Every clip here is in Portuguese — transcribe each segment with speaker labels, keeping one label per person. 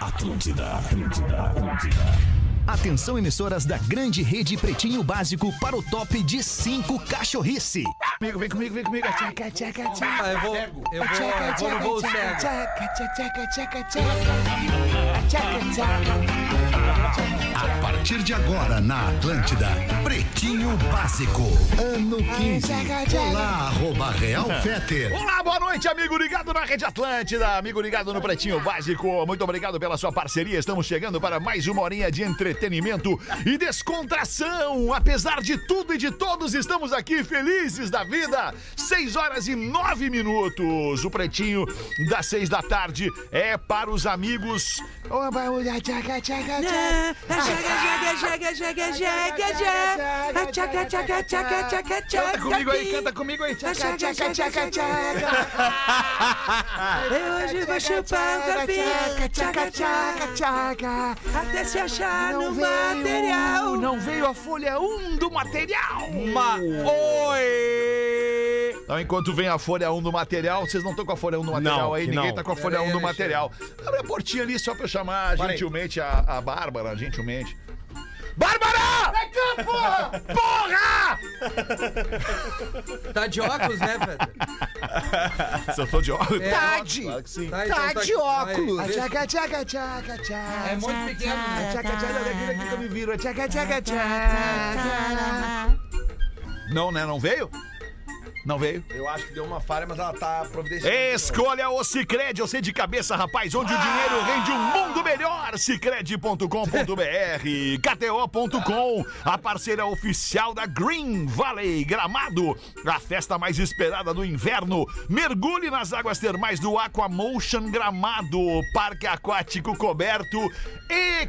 Speaker 1: Atlântida, Atlântida, Atlântida.
Speaker 2: Atenção, emissoras da grande rede Pretinho Básico para o top de 5 cachorrice.
Speaker 3: Comigo, vem comigo, vem comigo. Tchaca, tchaca, tchaca.
Speaker 4: Ah, eu vou, eu vou, eu vou no voo
Speaker 3: Tchaca,
Speaker 4: cego.
Speaker 3: tchaca, tchaca, tchaca, tchaca. Tchaca, tchaca.
Speaker 5: A partir de agora na Atlântida, Pretinho Básico, ano 15. Olá, arroba Real Feter.
Speaker 3: Olá, boa noite, amigo ligado na Rede Atlântida, amigo ligado no Pretinho Básico. Muito obrigado pela sua parceria. Estamos chegando para mais uma horinha de entretenimento e descontração. Apesar de tudo e de todos, estamos aqui felizes da vida. Seis horas e nove minutos. O Pretinho das seis da tarde é para os amigos. Ô, baú, tchaca, tchaca, tchaca. Canta comigo aí, canta comigo aí. Tchaca, tchaca, tchaca, tchaca.
Speaker 6: Eu hoje vou chupar um capim, tchaca, tchaca,
Speaker 3: tchaca.
Speaker 6: até se achar
Speaker 3: Não
Speaker 6: no
Speaker 3: veio,
Speaker 6: material.
Speaker 3: Não veio a folha 1 do material.
Speaker 4: Ma Oi!
Speaker 3: Então, enquanto vem a folha 1 do material, vocês não estão com a folha 1 do material
Speaker 7: Não,
Speaker 3: aí,
Speaker 7: que
Speaker 3: ninguém
Speaker 7: não.
Speaker 3: tá com a folha
Speaker 4: Pera
Speaker 3: 1
Speaker 4: aí,
Speaker 3: do
Speaker 4: Alexandre.
Speaker 3: material. Abre a portinha ali só pra eu chamar
Speaker 7: Para aí.
Speaker 3: gentilmente a, a Bárbara, gentilmente. Bárbara! Vem cá, porra! Porra!
Speaker 4: Tá de óculos, né, Feta?
Speaker 3: Se eu tô de óculos.
Speaker 4: É,
Speaker 3: Tade! Claro que sim.
Speaker 4: Tá, então tá de
Speaker 7: É
Speaker 4: óculos.
Speaker 3: Tchaca, tchaca, tchaca, tchaca.
Speaker 4: É muito pequeno, né?
Speaker 3: Tchaca, tchaca, daqui, daqui que eu me viro. Tchaca, tchaca, tchaca. Não, né? Não veio? Não veio?
Speaker 7: Eu acho que deu uma falha, mas ela tá providenciando.
Speaker 3: Escolha o Cicred, eu sei de cabeça, rapaz, onde o dinheiro
Speaker 7: Ah!
Speaker 3: rende um mundo melhor. Cicred.com.br, KTO.com, a parceira oficial da Green Valley Gramado, a festa mais esperada do inverno. Mergulhe nas águas termais do Aquamotion Gramado, parque aquático coberto e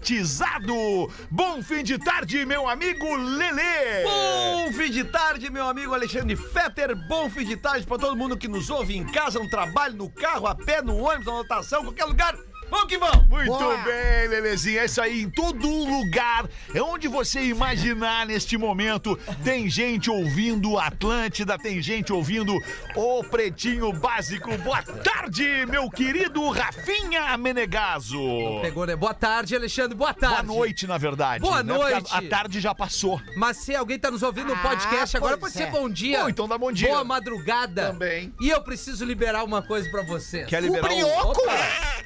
Speaker 3: climatizado. Bom fim de tarde, meu amigo Lelê.
Speaker 7: Bom fim de tarde, meu amigo Alexandre Fetter. Bom fim de tarde pra todo mundo que nos ouve em casa, no trabalho, no carro, a pé, no ônibus, na lotação, qualquer lugar. Vamos que vamos!
Speaker 3: Muito bem, Lelezinha. É isso aí. Em todo lugar, é onde você imaginar neste momento, tem gente ouvindo Atlântida, tem gente ouvindo o Pretinho Básico. Boa tarde, meu querido Rafinha Menegaso.
Speaker 4: Pegou,
Speaker 7: é
Speaker 4: né? Boa tarde, Alexandre. Boa
Speaker 3: Boa
Speaker 4: tarde.
Speaker 3: noite, na verdade.
Speaker 4: Boa
Speaker 3: né? Porque a-
Speaker 4: noite.
Speaker 3: A tarde já passou.
Speaker 4: Mas se alguém tá nos ouvindo no
Speaker 6: Ah,
Speaker 4: podcast agora,
Speaker 6: pois
Speaker 4: pode ser bom dia.
Speaker 3: Bom, então dá bom dia.
Speaker 4: Boa madrugada.
Speaker 3: Também.
Speaker 4: E eu preciso liberar uma coisa pra vocês.
Speaker 3: Quer liberar o...
Speaker 4: Opa!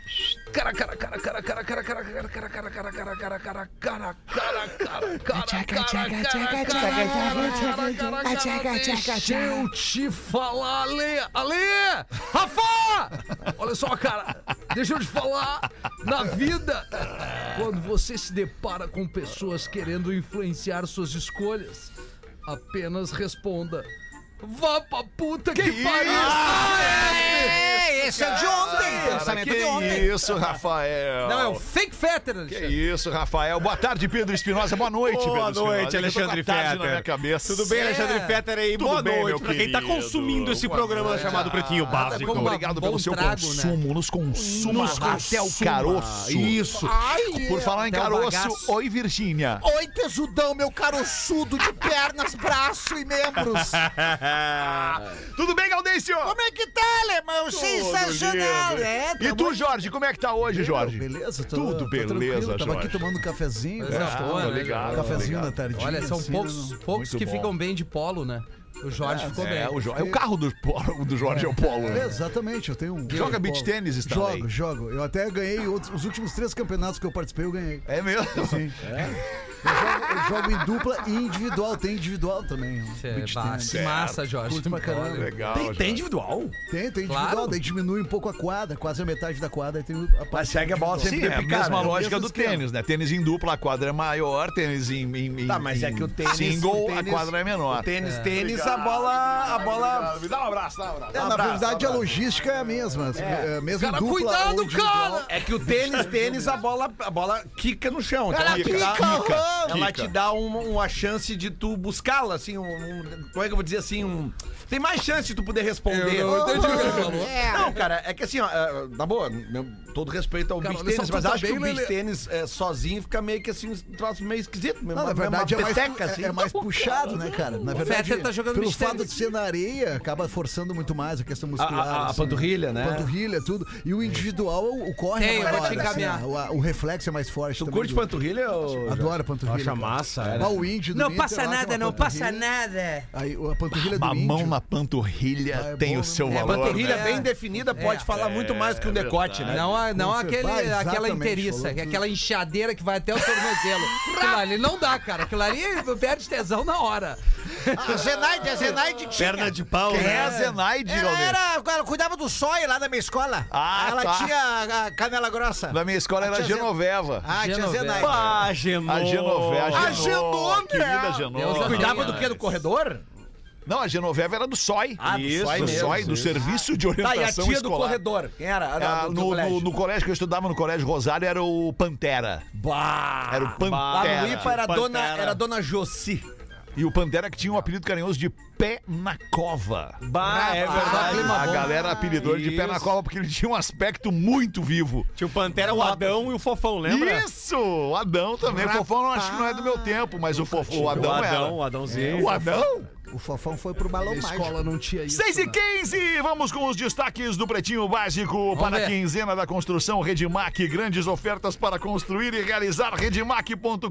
Speaker 3: Cara, cara, cara, cara, cara, cara, cara, cara, cara, cara, cara, cara, cara, cara, cara, cara, cara, cara,
Speaker 6: Tchaca, tchaca, tchaca, tchaca, tchaca, tchaca,
Speaker 3: cara,
Speaker 6: tchaca, tchaca,
Speaker 3: Deixa eu te falar, Ale! Ale!
Speaker 4: Rafa! Olha só, cara. Deixa eu te falar. Na vida, quando você se depara com pessoas querendo influenciar suas escolhas, apenas responda. Vá pra puta que, pariu!
Speaker 3: Ah,
Speaker 6: É, esse é de ontem,
Speaker 3: Cara,
Speaker 6: pensamento
Speaker 3: que
Speaker 6: de ontem.
Speaker 3: isso, Rafael!
Speaker 4: Não, é o fake fetter,
Speaker 3: Que
Speaker 4: Alexandre.
Speaker 3: É isso, Rafael. Boa tarde, Pedro Espinosa. Boa noite,
Speaker 7: Boa
Speaker 3: Pedro Espinosa.
Speaker 7: noite,
Speaker 3: É que eu tô com a
Speaker 7: Alexandre
Speaker 3: tarde
Speaker 7: Fetter.
Speaker 3: na minha cabeça. É.
Speaker 7: Tudo bem, Alexandre Fetter aí?
Speaker 3: Tudo
Speaker 7: Boa
Speaker 3: bem, meu
Speaker 7: noite pra quem tá
Speaker 3: querido.
Speaker 7: consumindo esse
Speaker 3: Boa
Speaker 7: programa
Speaker 3: noite.
Speaker 7: chamado Pretinho Básico.
Speaker 4: como
Speaker 3: Obrigado
Speaker 4: bom
Speaker 3: pelo seu
Speaker 4: trago, né?
Speaker 3: consumo. Nos consuma
Speaker 7: Nos
Speaker 3: até o
Speaker 7: consuma.
Speaker 3: caroço.
Speaker 7: Isso.
Speaker 3: Por falar em
Speaker 4: Até o
Speaker 3: caroço,
Speaker 4: bagaço.
Speaker 3: oi, Virgínia.
Speaker 6: Oi, tesudão, meu caroçudo de pernas, braço e membros.
Speaker 3: Tudo bem, Gaudêncio?
Speaker 6: Como é que tá, alemão? Sensacional,
Speaker 3: lindo.
Speaker 6: é?
Speaker 3: E tu, Jorge, como é que tá hoje, Jorge?
Speaker 8: Beleza? Tô,
Speaker 3: Tudo
Speaker 8: tô
Speaker 3: beleza,
Speaker 8: tranquilo, Tava
Speaker 3: Jorge.
Speaker 8: aqui tomando um cafezinho.
Speaker 4: Coisa
Speaker 8: gostoso,
Speaker 4: boa,
Speaker 3: tá
Speaker 4: né,
Speaker 3: ligado.
Speaker 4: Jorge?
Speaker 8: cafezinho
Speaker 3: legal.
Speaker 8: da tardinha.
Speaker 4: Olha, são
Speaker 8: assim,
Speaker 4: poucos,
Speaker 8: né?
Speaker 4: poucos
Speaker 3: Muito
Speaker 4: que
Speaker 3: bom.
Speaker 4: ficam bem de polo, né? O Jorge ficou bem.
Speaker 3: É, o, Jo- é o carro do, Polo- do Jorge, é o Polo. né?
Speaker 8: Exatamente, eu tenho um.
Speaker 3: Joga
Speaker 8: um
Speaker 3: beach
Speaker 8: polo.
Speaker 3: tênis, Stanley?
Speaker 8: Jogo, jogo. Eu até ganhei outros- os últimos três campeonatos que eu participei, eu ganhei.
Speaker 3: É mesmo?
Speaker 8: Sim. Eu, jogo, eu jogo em dupla e individual. Tem individual também. um
Speaker 4: Cê,
Speaker 8: beach
Speaker 4: bah,
Speaker 8: tênis.
Speaker 4: que massa, Jorge.
Speaker 8: Curto pra caramba.
Speaker 4: Olha.
Speaker 3: Legal.
Speaker 7: Tem, tem
Speaker 3: Jorge.
Speaker 7: individual?
Speaker 8: Tem, tem
Speaker 4: Claro.
Speaker 8: individual. Daí diminui um pouco a quadra, quase a metade da quadra. E tem o- a
Speaker 7: Mas
Speaker 8: parte
Speaker 7: segue a bola
Speaker 8: individual.
Speaker 7: sempre
Speaker 3: Sim, é a
Speaker 7: depicar,
Speaker 3: mesma
Speaker 7: né?
Speaker 3: lógica
Speaker 8: mesmo
Speaker 3: do
Speaker 8: esquema.
Speaker 3: tênis, né? Tênis em dupla, a quadra é maior, tênis em, em, em-
Speaker 7: Tá, mas é
Speaker 3: em
Speaker 7: que o tênis.
Speaker 3: single,
Speaker 7: o tênis-
Speaker 3: a quadra é menor.
Speaker 7: O tênis, tênis, a bola. A bola. Me dá um abraço, dá um abraço.
Speaker 8: É, na verdade, a logística é a mesma. É. a mesma
Speaker 4: Cara,
Speaker 8: em dupla
Speaker 4: cuidado,
Speaker 8: ou individual.
Speaker 4: cara!
Speaker 7: É que o tênis, tênis, a bola, a bola quica no chão. Então ela, te dá, ela te dá um- uma chance de tu buscá-la, assim, um, um- Como é que eu vou dizer assim? Um Tem mais chance de tu poder responder.
Speaker 9: Eu não entendi o que ele falou.
Speaker 7: Não, cara, é que assim, ó, é, na boa, meu- todo respeito ao
Speaker 9: Cara,
Speaker 7: beat
Speaker 9: olha só,
Speaker 7: tênis,
Speaker 9: tu
Speaker 7: mas
Speaker 9: tá
Speaker 7: acho que
Speaker 9: bem,
Speaker 7: o beat
Speaker 9: Lelê.
Speaker 7: tênis é, sozinho fica meio que assim, um troço meio esquisito. Não,
Speaker 10: Não, na verdade é mais,
Speaker 7: peteca,
Speaker 10: é-
Speaker 7: assim.
Speaker 10: é mais puxado, né, cara? Na verdade,
Speaker 4: Fetter tá jogando
Speaker 10: pelo
Speaker 4: beach
Speaker 10: fato
Speaker 4: tennis.
Speaker 10: de ser na areia, acaba forçando muito mais a questão muscular.
Speaker 7: a- a
Speaker 10: assim.
Speaker 7: panturrilha, né?
Speaker 10: Panturrilha, tudo. E o individual, o o corre
Speaker 4: Tem, eu
Speaker 10: é
Speaker 4: vou
Speaker 10: maior,
Speaker 4: te encaminhar.
Speaker 10: assim, a- o, o reflexo é mais forte.
Speaker 7: Tu
Speaker 10: também
Speaker 7: curte
Speaker 10: do-
Speaker 7: panturrilha ou...
Speaker 10: Adoro a panturrilha.
Speaker 11: Acha
Speaker 10: cara.
Speaker 11: massa,
Speaker 8: É.
Speaker 7: é?
Speaker 10: Ah,
Speaker 11: era.
Speaker 10: o índio do
Speaker 4: Não
Speaker 10: Inter lá
Speaker 4: passa
Speaker 10: tem uma
Speaker 4: nada, não passa
Speaker 10: panturrilha.
Speaker 4: nada.
Speaker 10: Aí, a panturrilha é do
Speaker 3: A
Speaker 10: índio.
Speaker 3: mão na panturrilha
Speaker 10: Ah, é
Speaker 3: tem
Speaker 10: bom,
Speaker 3: o seu
Speaker 7: É,
Speaker 3: valor.
Speaker 7: panturrilha
Speaker 4: né?
Speaker 7: bem definida pode
Speaker 4: É.
Speaker 7: falar muito mais que um decote, né?
Speaker 4: Não, a- não
Speaker 10: Com
Speaker 4: aquele,
Speaker 10: certeza. Ah,
Speaker 4: aquela
Speaker 10: exatamente,
Speaker 4: inteiriça,
Speaker 10: falou tudo.
Speaker 4: aquela inchadeira que vai até o tornozelo. Aquilo ali não dá, cara. Aquilo ali perde tesão na hora.
Speaker 7: Ah,
Speaker 8: A Zenaide,
Speaker 7: é
Speaker 8: a Zenaide tinha.
Speaker 11: Perna de pau,
Speaker 3: É
Speaker 11: né?
Speaker 3: a Zenaide,
Speaker 8: Ela
Speaker 3: Galvez.
Speaker 8: era, ela cuidava do sói lá da minha escola.
Speaker 3: Ah,
Speaker 8: ela
Speaker 3: tá.
Speaker 8: tinha a- a canela grossa.
Speaker 3: Na minha escola
Speaker 8: A
Speaker 3: era
Speaker 8: tia Zen-
Speaker 3: Genoveva.
Speaker 8: Ah, tinha
Speaker 4: Genoveva.
Speaker 8: Zenaide.
Speaker 11: Ah, Genô.
Speaker 3: A Genoveva. A Genoveva.
Speaker 8: Genô,
Speaker 3: Querida
Speaker 8: meu.
Speaker 4: Deus
Speaker 3: Genoveva.
Speaker 4: a
Speaker 7: Cuidava
Speaker 4: tenha.
Speaker 7: do que? Do corredor?
Speaker 3: Não, a Genoveva era do SOI.
Speaker 7: Ah, do
Speaker 11: Isso,
Speaker 7: sói
Speaker 3: do
Speaker 7: mesmo.
Speaker 3: SOI, do Serviço de
Speaker 7: Tá, e a
Speaker 3: Orientação
Speaker 7: tia do
Speaker 3: Escolar.
Speaker 7: corredor? Quem era? Era
Speaker 3: Ah,
Speaker 7: do- do
Speaker 3: no,
Speaker 7: colégio.
Speaker 3: no- no colégio que eu estudava, no colégio Rosário, era o Pantera.
Speaker 7: Bah!
Speaker 3: Era o
Speaker 7: Lá
Speaker 3: Pantera.
Speaker 7: no IPA era
Speaker 11: Pantera.
Speaker 7: dona, era dona Josi.
Speaker 3: E o Pantera que tinha um apelido carinhoso de Pé na Cova. Ah,
Speaker 11: Bah, é verdade.
Speaker 3: a galera apelidou ele de Pé na
Speaker 11: Isso.
Speaker 3: Cova porque ele tinha um aspecto muito vivo.
Speaker 11: Tinha o Pantera, o Adão e o Fofão, lembra?
Speaker 3: Isso! O Adão também. O Fofão não, acho que não é do meu tempo, mas o, fofo, o Adão,
Speaker 11: o
Speaker 3: era.
Speaker 11: Adão, o Adãozinho.
Speaker 3: O Adão?
Speaker 10: O Fofão foi pro balão
Speaker 9: Na
Speaker 10: mágico.
Speaker 9: escola não tinha isso.
Speaker 3: 6 e
Speaker 9: né?
Speaker 3: 15, vamos com os destaques do Pretinho Básico para a
Speaker 4: ver.
Speaker 3: quinzena da construção Redmac. Grandes ofertas para construir e realizar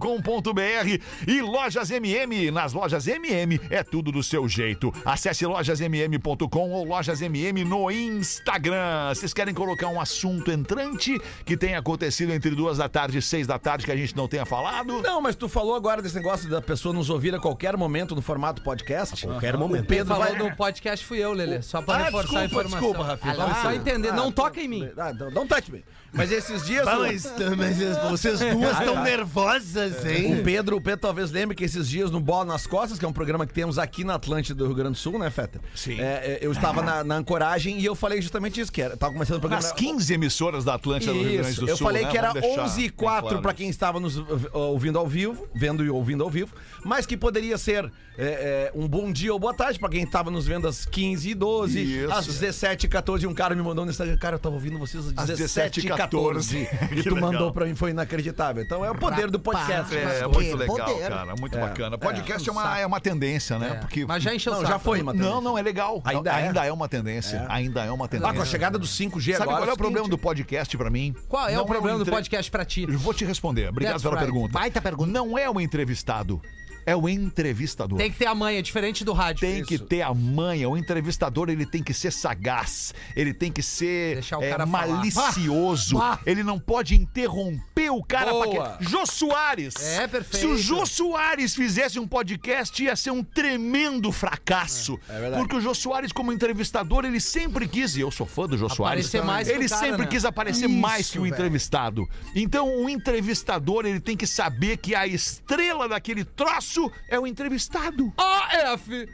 Speaker 3: redmac.com.br e lojas MM. Nas lojas MM é tudo do seu jeito. Acesse lojasmm.com ou lojasmm no Instagram. Vocês querem colocar um assunto entrante que tenha acontecido entre duas da tarde e seis da tarde que a gente não tenha falado?
Speaker 7: Não, mas tu falou agora desse negócio da pessoa nos ouvir a qualquer momento no formato podcast.
Speaker 11: Qualquer momento.
Speaker 4: Quem
Speaker 7: Pedro
Speaker 4: falou
Speaker 7: vai...
Speaker 4: do podcast fui eu, Lelê. Só pra
Speaker 7: Ah, desculpa,
Speaker 4: reforçar a informação.
Speaker 7: desculpa, Rafinha.
Speaker 4: Vamos
Speaker 7: Ah,
Speaker 4: só entender.
Speaker 7: ah,
Speaker 4: não toca em mim.
Speaker 7: Ah, don't, don't touch me. Mas esses dias...
Speaker 11: Mas, tá, mas vocês duas estão nervosas,
Speaker 7: O
Speaker 11: hein?
Speaker 7: Pedro, o Pedro talvez lembre que esses dias no Bola nas Costas, que é um programa que temos aqui na Atlântida do Rio Grande do Sul, né, Feta? Sim. eu estava na, na ancoragem e eu falei justamente isso, que era, tava começando o programa...
Speaker 3: Nas 15 emissoras da Atlântida do Rio Grande
Speaker 7: Isso,
Speaker 3: do
Speaker 7: eu
Speaker 3: Sul.
Speaker 7: falei
Speaker 3: né?
Speaker 7: que era
Speaker 3: Vamos deixar
Speaker 7: 11 e
Speaker 3: bem
Speaker 7: 4
Speaker 3: claro
Speaker 7: pra
Speaker 3: isso.
Speaker 7: quem estava nos uh, ouvindo ao vivo, vendo e ouvindo ao vivo, mas que poderia ser é, é, um bom dia ou boa tarde pra quem estava nos vendo às 15 e 12,
Speaker 3: Isso.
Speaker 7: às 17 e 14. Um cara me mandou no Instagram, cara, eu tava ouvindo vocês às
Speaker 3: Às
Speaker 7: 17 e
Speaker 3: 14.
Speaker 7: 14. E
Speaker 3: Que
Speaker 7: tu mandou
Speaker 3: legal.
Speaker 7: pra mim, foi inacreditável. Então é o poder do podcast.
Speaker 3: É,
Speaker 7: Mas-
Speaker 3: é muito
Speaker 10: que
Speaker 3: legal,
Speaker 10: poder.
Speaker 3: cara. Muito
Speaker 7: É,
Speaker 3: bacana.
Speaker 7: é,
Speaker 3: Podcast é, uma, é uma tendência, né? Porque.
Speaker 4: Mas já é encheu o
Speaker 7: Não,
Speaker 4: saco.
Speaker 7: já foi, Matheus.
Speaker 3: Não, não, é legal. Não,
Speaker 7: Ainda
Speaker 3: Ainda,
Speaker 7: é?
Speaker 3: é. uma tendência. Ainda é uma
Speaker 7: Ah,
Speaker 3: tendência.
Speaker 7: com a chegada do 5G
Speaker 3: Sabe
Speaker 7: agora.
Speaker 3: qual é o problema
Speaker 7: seguinte,
Speaker 3: do podcast pra mim?
Speaker 4: Qual é
Speaker 3: Não um
Speaker 4: o problema do
Speaker 3: entre-
Speaker 4: podcast pra ti?
Speaker 3: Eu vou te responder. Obrigado
Speaker 4: That's
Speaker 3: pela
Speaker 4: right.
Speaker 3: pergunta.
Speaker 8: Baita pergunta.
Speaker 3: Não é o entrevistado, é o entrevistador.
Speaker 4: Tem que ter a manha, diferente do rádio.
Speaker 3: Tem que ter a manha. O entrevistador ele tem que ser sagaz, ele tem que ser
Speaker 4: Deixar o
Speaker 3: eh,
Speaker 4: cara falar.
Speaker 3: malicioso.
Speaker 4: Bah! Bah!
Speaker 3: Ele não pode interromper o cara. Pra
Speaker 7: Boa!
Speaker 3: que... Jô Soares.
Speaker 4: É, perfeito.
Speaker 3: Se o Jô Soares fizesse um podcast, ia ser um tremendo fracasso.
Speaker 4: É,
Speaker 3: porque o Jô Soares, como entrevistador, ele sempre quis, e eu sou fã do Jô Soares,
Speaker 4: Aparecer mais que
Speaker 3: ele
Speaker 4: o cara,
Speaker 3: sempre
Speaker 4: né?
Speaker 3: quis aparecer mais que o entrevistado. Então, o entrevistador ele tem que saber que a estrela daquele troço é o entrevistado.
Speaker 4: OF!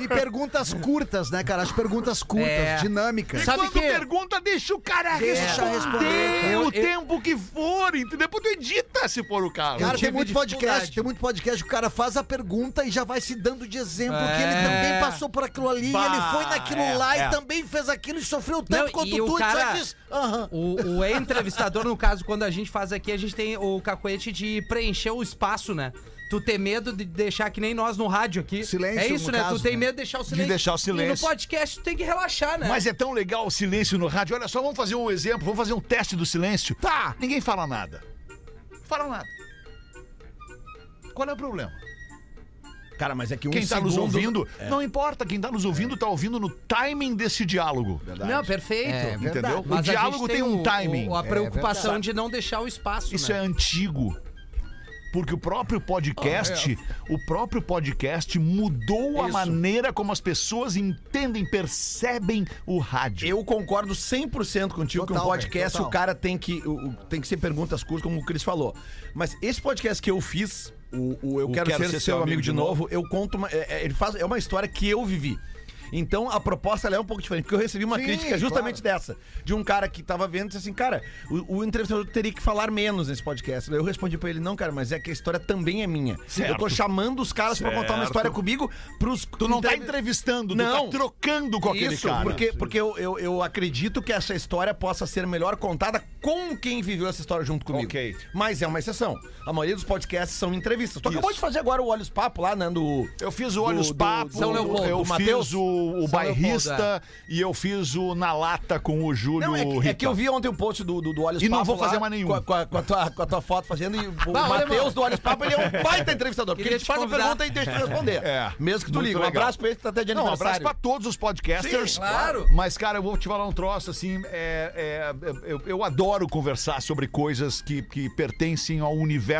Speaker 10: E perguntas curtas, né, cara? As perguntas curtas,
Speaker 4: É.
Speaker 10: dinâmicas.
Speaker 4: Sabe
Speaker 3: Quando
Speaker 4: que-
Speaker 3: pergunta, deixa o cara
Speaker 10: Deixa
Speaker 3: responder
Speaker 10: responder,
Speaker 4: cara. Eu-
Speaker 3: o
Speaker 4: eu-
Speaker 3: tempo que for, entendeu? Depois tu edita se for o caso.
Speaker 10: Cara, tem
Speaker 4: tive
Speaker 10: muito
Speaker 4: dificuldade.
Speaker 10: podcast, tem muito podcast, que o cara faz a pergunta e já vai se dando de exemplo que ele
Speaker 4: É.
Speaker 10: também passou por aquilo ali,
Speaker 11: Bah,
Speaker 10: ele foi naquilo
Speaker 11: é,
Speaker 10: lá
Speaker 11: é.
Speaker 10: e também fez aquilo e sofreu tanto
Speaker 4: Não,
Speaker 10: quanto
Speaker 4: e o
Speaker 10: tu
Speaker 4: cara-
Speaker 10: e só diz, aham.
Speaker 4: O, o entrevistador, no caso, quando a gente faz aqui, a gente tem o cacoete de preencher o espaço, né? Tu tem medo de deixar que nem nós no rádio aqui.
Speaker 10: Silêncio,
Speaker 4: É isso,
Speaker 10: no
Speaker 4: né?
Speaker 10: caso,
Speaker 4: tu tem
Speaker 10: né?
Speaker 4: medo de deixar o silêncio.
Speaker 3: deixar o
Speaker 4: E
Speaker 3: silêncio.
Speaker 4: no podcast tu tem que relaxar, né?
Speaker 3: Mas é tão legal o silêncio no rádio. Olha só, vamos fazer um exemplo, vamos fazer um teste do silêncio. Tá! Ninguém fala nada. Fala nada. Qual é o problema?
Speaker 7: Cara, mas é que um
Speaker 3: quem tá nos
Speaker 7: segundo-
Speaker 3: ouvindo, não importa, quem tá nos ouvindo tá ouvindo no timing desse diálogo.
Speaker 4: Não, perfeito.
Speaker 3: Entendeu? o
Speaker 4: É, Mas a gente
Speaker 3: diálogo tem, um
Speaker 4: o-
Speaker 3: timing.
Speaker 4: o- a preocupação
Speaker 3: verdade.
Speaker 4: de não deixar o espaço.
Speaker 3: Isso é
Speaker 4: né?
Speaker 3: antigo. Porque o próprio podcast, o próprio podcast mudou a maneira como as pessoas entendem, percebem o rádio.
Speaker 7: Eu concordo 100% contigo que um
Speaker 10: Total,
Speaker 7: podcast
Speaker 10: velho, total.
Speaker 7: o cara tem que o- o- tem que ser perguntas curtas, como o Cris falou. Mas esse podcast que eu fiz, o, o eu quero, ser, seu amigo, de novo, eu conto uma, é- é- ele faz é uma história que eu vivi. Então a proposta ela é um pouco diferente, porque eu recebi uma crítica justamente dessa, de um cara que tava vendo e disse assim, cara, o, o entrevistador teria que falar menos nesse podcast. Daí Eu respondi pra ele, não, cara, mas é que a história também é minha. Eu tô chamando os caras pra contar uma história comigo pros
Speaker 3: Tu não tá entrevistando, tu
Speaker 7: Não.
Speaker 3: tá trocando com aquele
Speaker 7: isso,
Speaker 3: cara.
Speaker 7: porque, porque eu, eu, eu acredito que essa história possa ser melhor contada com quem viveu essa história junto comigo.
Speaker 3: Ok.
Speaker 7: Mas é uma exceção. A maioria dos podcasts são entrevistas. Tu acabou de fazer agora o Olhos Papo lá, né? Do...
Speaker 3: Eu fiz o Olhos
Speaker 7: do-
Speaker 3: Papo,
Speaker 7: do- São Leopoldo,
Speaker 3: eu
Speaker 7: do Mateus.
Speaker 3: fiz o, o
Speaker 4: São
Speaker 3: Bairrista
Speaker 4: Leopoldo,
Speaker 3: e eu fiz o Na Lata com o Júlio
Speaker 7: Não, é que, é
Speaker 3: Rita.
Speaker 7: que eu vi ontem o post do, do, do Olhos
Speaker 3: E
Speaker 7: Papo.
Speaker 3: não vou
Speaker 7: lá,
Speaker 3: fazer mais nenhum.
Speaker 7: Com a, com a- com a tua, com a tua foto fazendo. E o
Speaker 4: Bah, olha,
Speaker 7: Matheus
Speaker 4: mano.
Speaker 7: do Olhos Papo, ele é um baita entrevistador. Porque
Speaker 4: Queria
Speaker 7: ele te
Speaker 4: te
Speaker 7: faz a
Speaker 4: convidar.
Speaker 7: pergunta e deixa tu responder.
Speaker 3: É,
Speaker 7: Mesmo que tu
Speaker 3: muito
Speaker 7: liga. Um
Speaker 3: legal.
Speaker 7: abraço pra ele que tá até de
Speaker 3: Não, um
Speaker 7: aniversário.
Speaker 3: abraço pra todos os podcasters.
Speaker 7: Sim,
Speaker 9: claro.
Speaker 3: Mas, cara, eu vou te falar um troço, assim, é, é, eu, eu adoro conversar sobre coisas que, que pertencem ao universo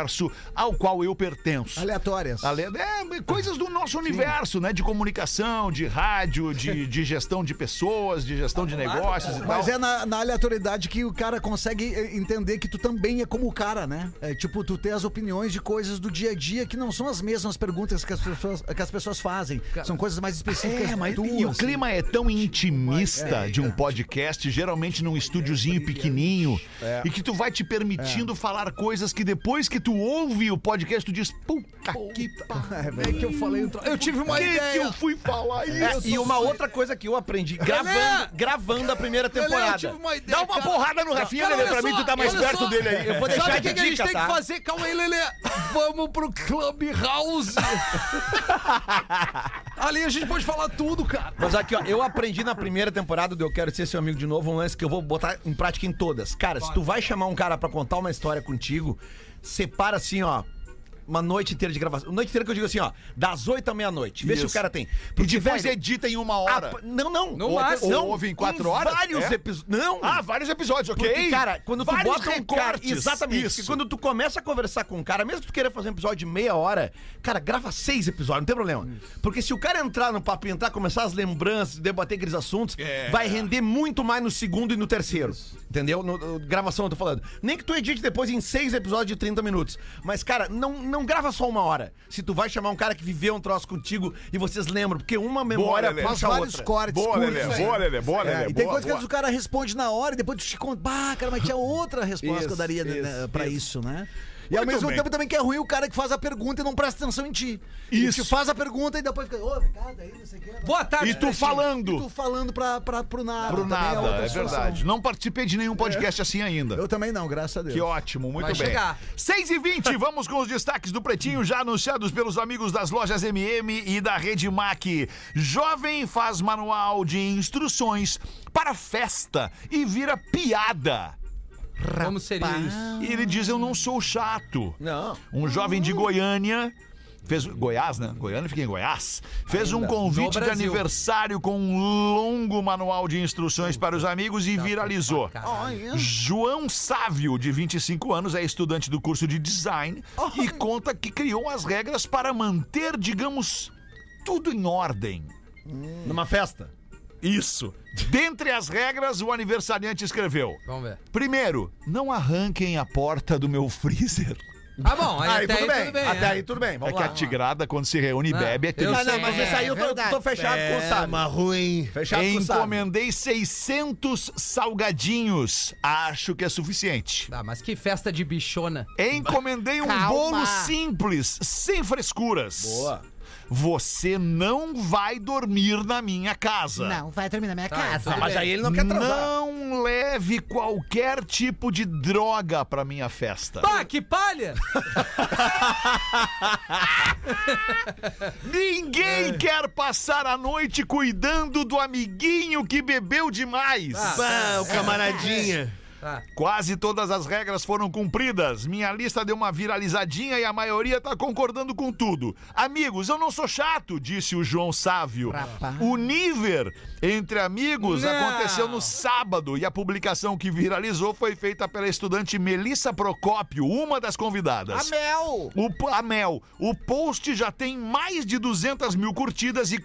Speaker 3: ao qual eu pertenço.
Speaker 10: Aleatórias.
Speaker 3: Ale- é, coisas do nosso universo, né? De comunicação, de rádio, de, de gestão de pessoas, de gestão de negócios e tal.
Speaker 10: Mas é na, na aleatoriedade que o cara consegue eh, entender que tu também é como o cara, né? É, tipo, tu tem as opiniões de coisas do dia a dia que não são as mesmas perguntas que as pessoas, que as pessoas fazem. São coisas mais específicas.
Speaker 3: É, mas
Speaker 10: tuas,
Speaker 3: e o
Speaker 10: assim.
Speaker 3: clima é tão intimista de um podcast, geralmente num estúdiozinho pequenininho, e que tu vai te permitindo falar coisas que depois que tu ouve o podcast, tu diz, puta que pariu,
Speaker 9: É que eu falei. um tro- Eu tive uma
Speaker 3: que que
Speaker 9: ideia.
Speaker 3: eu fui falar
Speaker 7: É,
Speaker 3: isso?
Speaker 7: e uma outra coisa que eu aprendi
Speaker 9: Lelê!
Speaker 7: gravando, gravando a primeira
Speaker 9: Lelê,
Speaker 7: temporada.
Speaker 9: eu tive uma ideia.
Speaker 3: Dá uma
Speaker 9: cara.
Speaker 3: porrada no Rafinha,
Speaker 4: né?
Speaker 9: Cara,
Speaker 3: Lelê,
Speaker 9: olha
Speaker 3: pra
Speaker 9: só,
Speaker 3: mim tu tá mais
Speaker 9: olha
Speaker 3: perto
Speaker 9: só.
Speaker 3: dele aí.
Speaker 7: Eu vou deixar
Speaker 9: Sabe o
Speaker 7: de
Speaker 9: que, que a gente
Speaker 7: dica,
Speaker 9: tem
Speaker 7: tá?
Speaker 9: que fazer? Calma aí, Lelê. Vamos pro Club House. Ali a gente pode falar tudo, cara.
Speaker 7: Mas aqui, ó, eu aprendi na primeira temporada do Eu Quero Ser Seu Amigo de Novo um lance que eu vou botar em prática em todas. Cara, se tu vai chamar um cara pra contar uma história contigo, separa assim, ó. Uma noite inteira de gravação. Noite inteira que eu digo assim, ó, das 8 à meia-noite. Vê se o cara tem.
Speaker 3: E
Speaker 7: Porque,
Speaker 3: depois
Speaker 7: velho,
Speaker 3: edita em uma
Speaker 7: a-
Speaker 3: hora.
Speaker 7: Ah, Não, não.
Speaker 4: No
Speaker 7: Ou-
Speaker 4: máximo.
Speaker 7: não,
Speaker 3: Ouve em quatro horas?
Speaker 7: Vários
Speaker 3: É?
Speaker 7: episódios. Não.
Speaker 3: Ah, vários episódios, ok?
Speaker 7: Porque, cara, quando tu
Speaker 3: Vários
Speaker 7: bota um cara.
Speaker 3: recortes,
Speaker 7: Exatamente. porque
Speaker 3: Isso.
Speaker 7: Quando tu começa a conversar com um cara, mesmo que tu queira fazer um episódio de meia hora, cara, grava seis episódios, não tem problema. Porque se o cara entrar no papo e entrar, começar as lembranças, debater aqueles assuntos,
Speaker 3: É.
Speaker 7: vai render muito mais no segundo e no terceiro. Entendeu? No, no- gravação, eu tô falando. Nem que tu edite depois em seis episódios de 30 minutos. Mas, cara, não, não grava só uma hora. Se tu vai chamar um cara que viveu um troço contigo e vocês lembram, porque uma memória
Speaker 3: Lelê.
Speaker 10: Faz
Speaker 7: puxa a
Speaker 10: vários
Speaker 7: outra.
Speaker 10: cortes.
Speaker 3: Boa,
Speaker 10: curtos,
Speaker 3: Lelê,
Speaker 10: assim.
Speaker 3: boa, Lelê, boa,
Speaker 10: É,
Speaker 3: Lelê.
Speaker 10: e tem
Speaker 3: boa,
Speaker 10: coisa que às
Speaker 3: boa.
Speaker 10: vezes o cara responde na hora e depois tu te conta. Bah, cara, mas tinha outra resposta que eu daria né,
Speaker 7: isso,
Speaker 10: pra isso, né? E ao
Speaker 3: Muito
Speaker 10: mesmo
Speaker 3: bem.
Speaker 10: tempo também que é ruim o cara que faz a pergunta e não presta atenção em ti. Ele
Speaker 3: Isso.
Speaker 10: te faz a pergunta e depois fica, ô, vem cá, daí não sei o que.
Speaker 4: Boa tarde,
Speaker 3: E tu
Speaker 4: Pretinho.
Speaker 10: E tu
Speaker 3: falando
Speaker 10: falando pra, pra, pro nada.
Speaker 3: pro
Speaker 10: também
Speaker 3: nada,
Speaker 10: outra
Speaker 3: é
Speaker 10: situação.
Speaker 3: verdade. Não participei de nenhum podcast assim ainda.
Speaker 10: Eu também não, graças a Deus.
Speaker 3: Que ótimo, muito
Speaker 4: Vai
Speaker 3: bem.
Speaker 4: chegar.
Speaker 3: 6 e 20 vamos com os destaques do Pretinho, já anunciados pelos amigos das lojas MM e da Rede Mac. Jovem faz manual de instruções para festa e vira piada.
Speaker 4: Como seria isso?
Speaker 3: E ele diz: Eu não sou chato.
Speaker 7: Não.
Speaker 3: Um jovem de Goiânia. Fez, Goiás, né? Goiânia fica em Goiás. Fez um convite
Speaker 4: No
Speaker 3: de
Speaker 4: Brasil.
Speaker 3: aniversário com um longo manual de instruções para os amigos e viralizou.
Speaker 4: tá
Speaker 3: João Sávio, de 25 anos, é estudante do curso de design e conta que criou as regras para manter, digamos, tudo em ordem.
Speaker 7: Numa festa.
Speaker 3: Isso. Dentre as regras, o aniversariante escreveu:
Speaker 4: Vamos ver.
Speaker 3: Primeiro, não arranquem a porta do meu freezer.
Speaker 4: Ah, bom, aí,
Speaker 7: Aí,
Speaker 4: até
Speaker 7: tudo
Speaker 4: aí
Speaker 7: bem.
Speaker 4: tudo bem.
Speaker 7: Até
Speaker 4: é.
Speaker 7: aí tudo bem.
Speaker 3: É
Speaker 7: Vamos
Speaker 3: que a
Speaker 7: lá.
Speaker 3: tigrada, quando se reúne e
Speaker 4: Não,
Speaker 3: bebe, é
Speaker 4: eu
Speaker 3: triste.
Speaker 7: Ah, não, mas
Speaker 4: É,
Speaker 7: esse aí eu tô, tô fechado com o Sábio.
Speaker 11: ruim.
Speaker 7: Fechado com o Sábio.
Speaker 3: Encomendei 600 salgadinhos. Acho que é suficiente.
Speaker 4: Ah, mas que festa de bichona.
Speaker 3: Encomendei um
Speaker 4: Calma.
Speaker 3: bolo simples, sem frescuras.
Speaker 7: Boa.
Speaker 3: Você não vai dormir na minha casa.
Speaker 6: Não, então vai dormir na minha
Speaker 4: Tá,
Speaker 6: casa.
Speaker 4: tudo
Speaker 7: Mas
Speaker 4: bem.
Speaker 7: aí ele não quer atrasar.
Speaker 3: Não leve qualquer tipo de droga pra minha festa.
Speaker 4: Pá, Ah, que palha!
Speaker 3: Ninguém quer passar a noite cuidando do amiguinho que bebeu demais.
Speaker 11: Pá, o camaradinha.
Speaker 4: Tá.
Speaker 3: Quase todas as regras foram cumpridas. Minha lista deu uma viralizadinha e a maioria tá concordando com tudo. Amigos, eu não sou chato, disse o João Sávio. O nível entre amigos
Speaker 4: Não.
Speaker 3: aconteceu no sábado e a publicação que viralizou foi feita pela estudante Melissa Procópio, uma das
Speaker 4: Ah,
Speaker 3: convidadas.
Speaker 8: Amel!
Speaker 3: O, po- a Mel, o post já tem mais de 200 mil curtidas e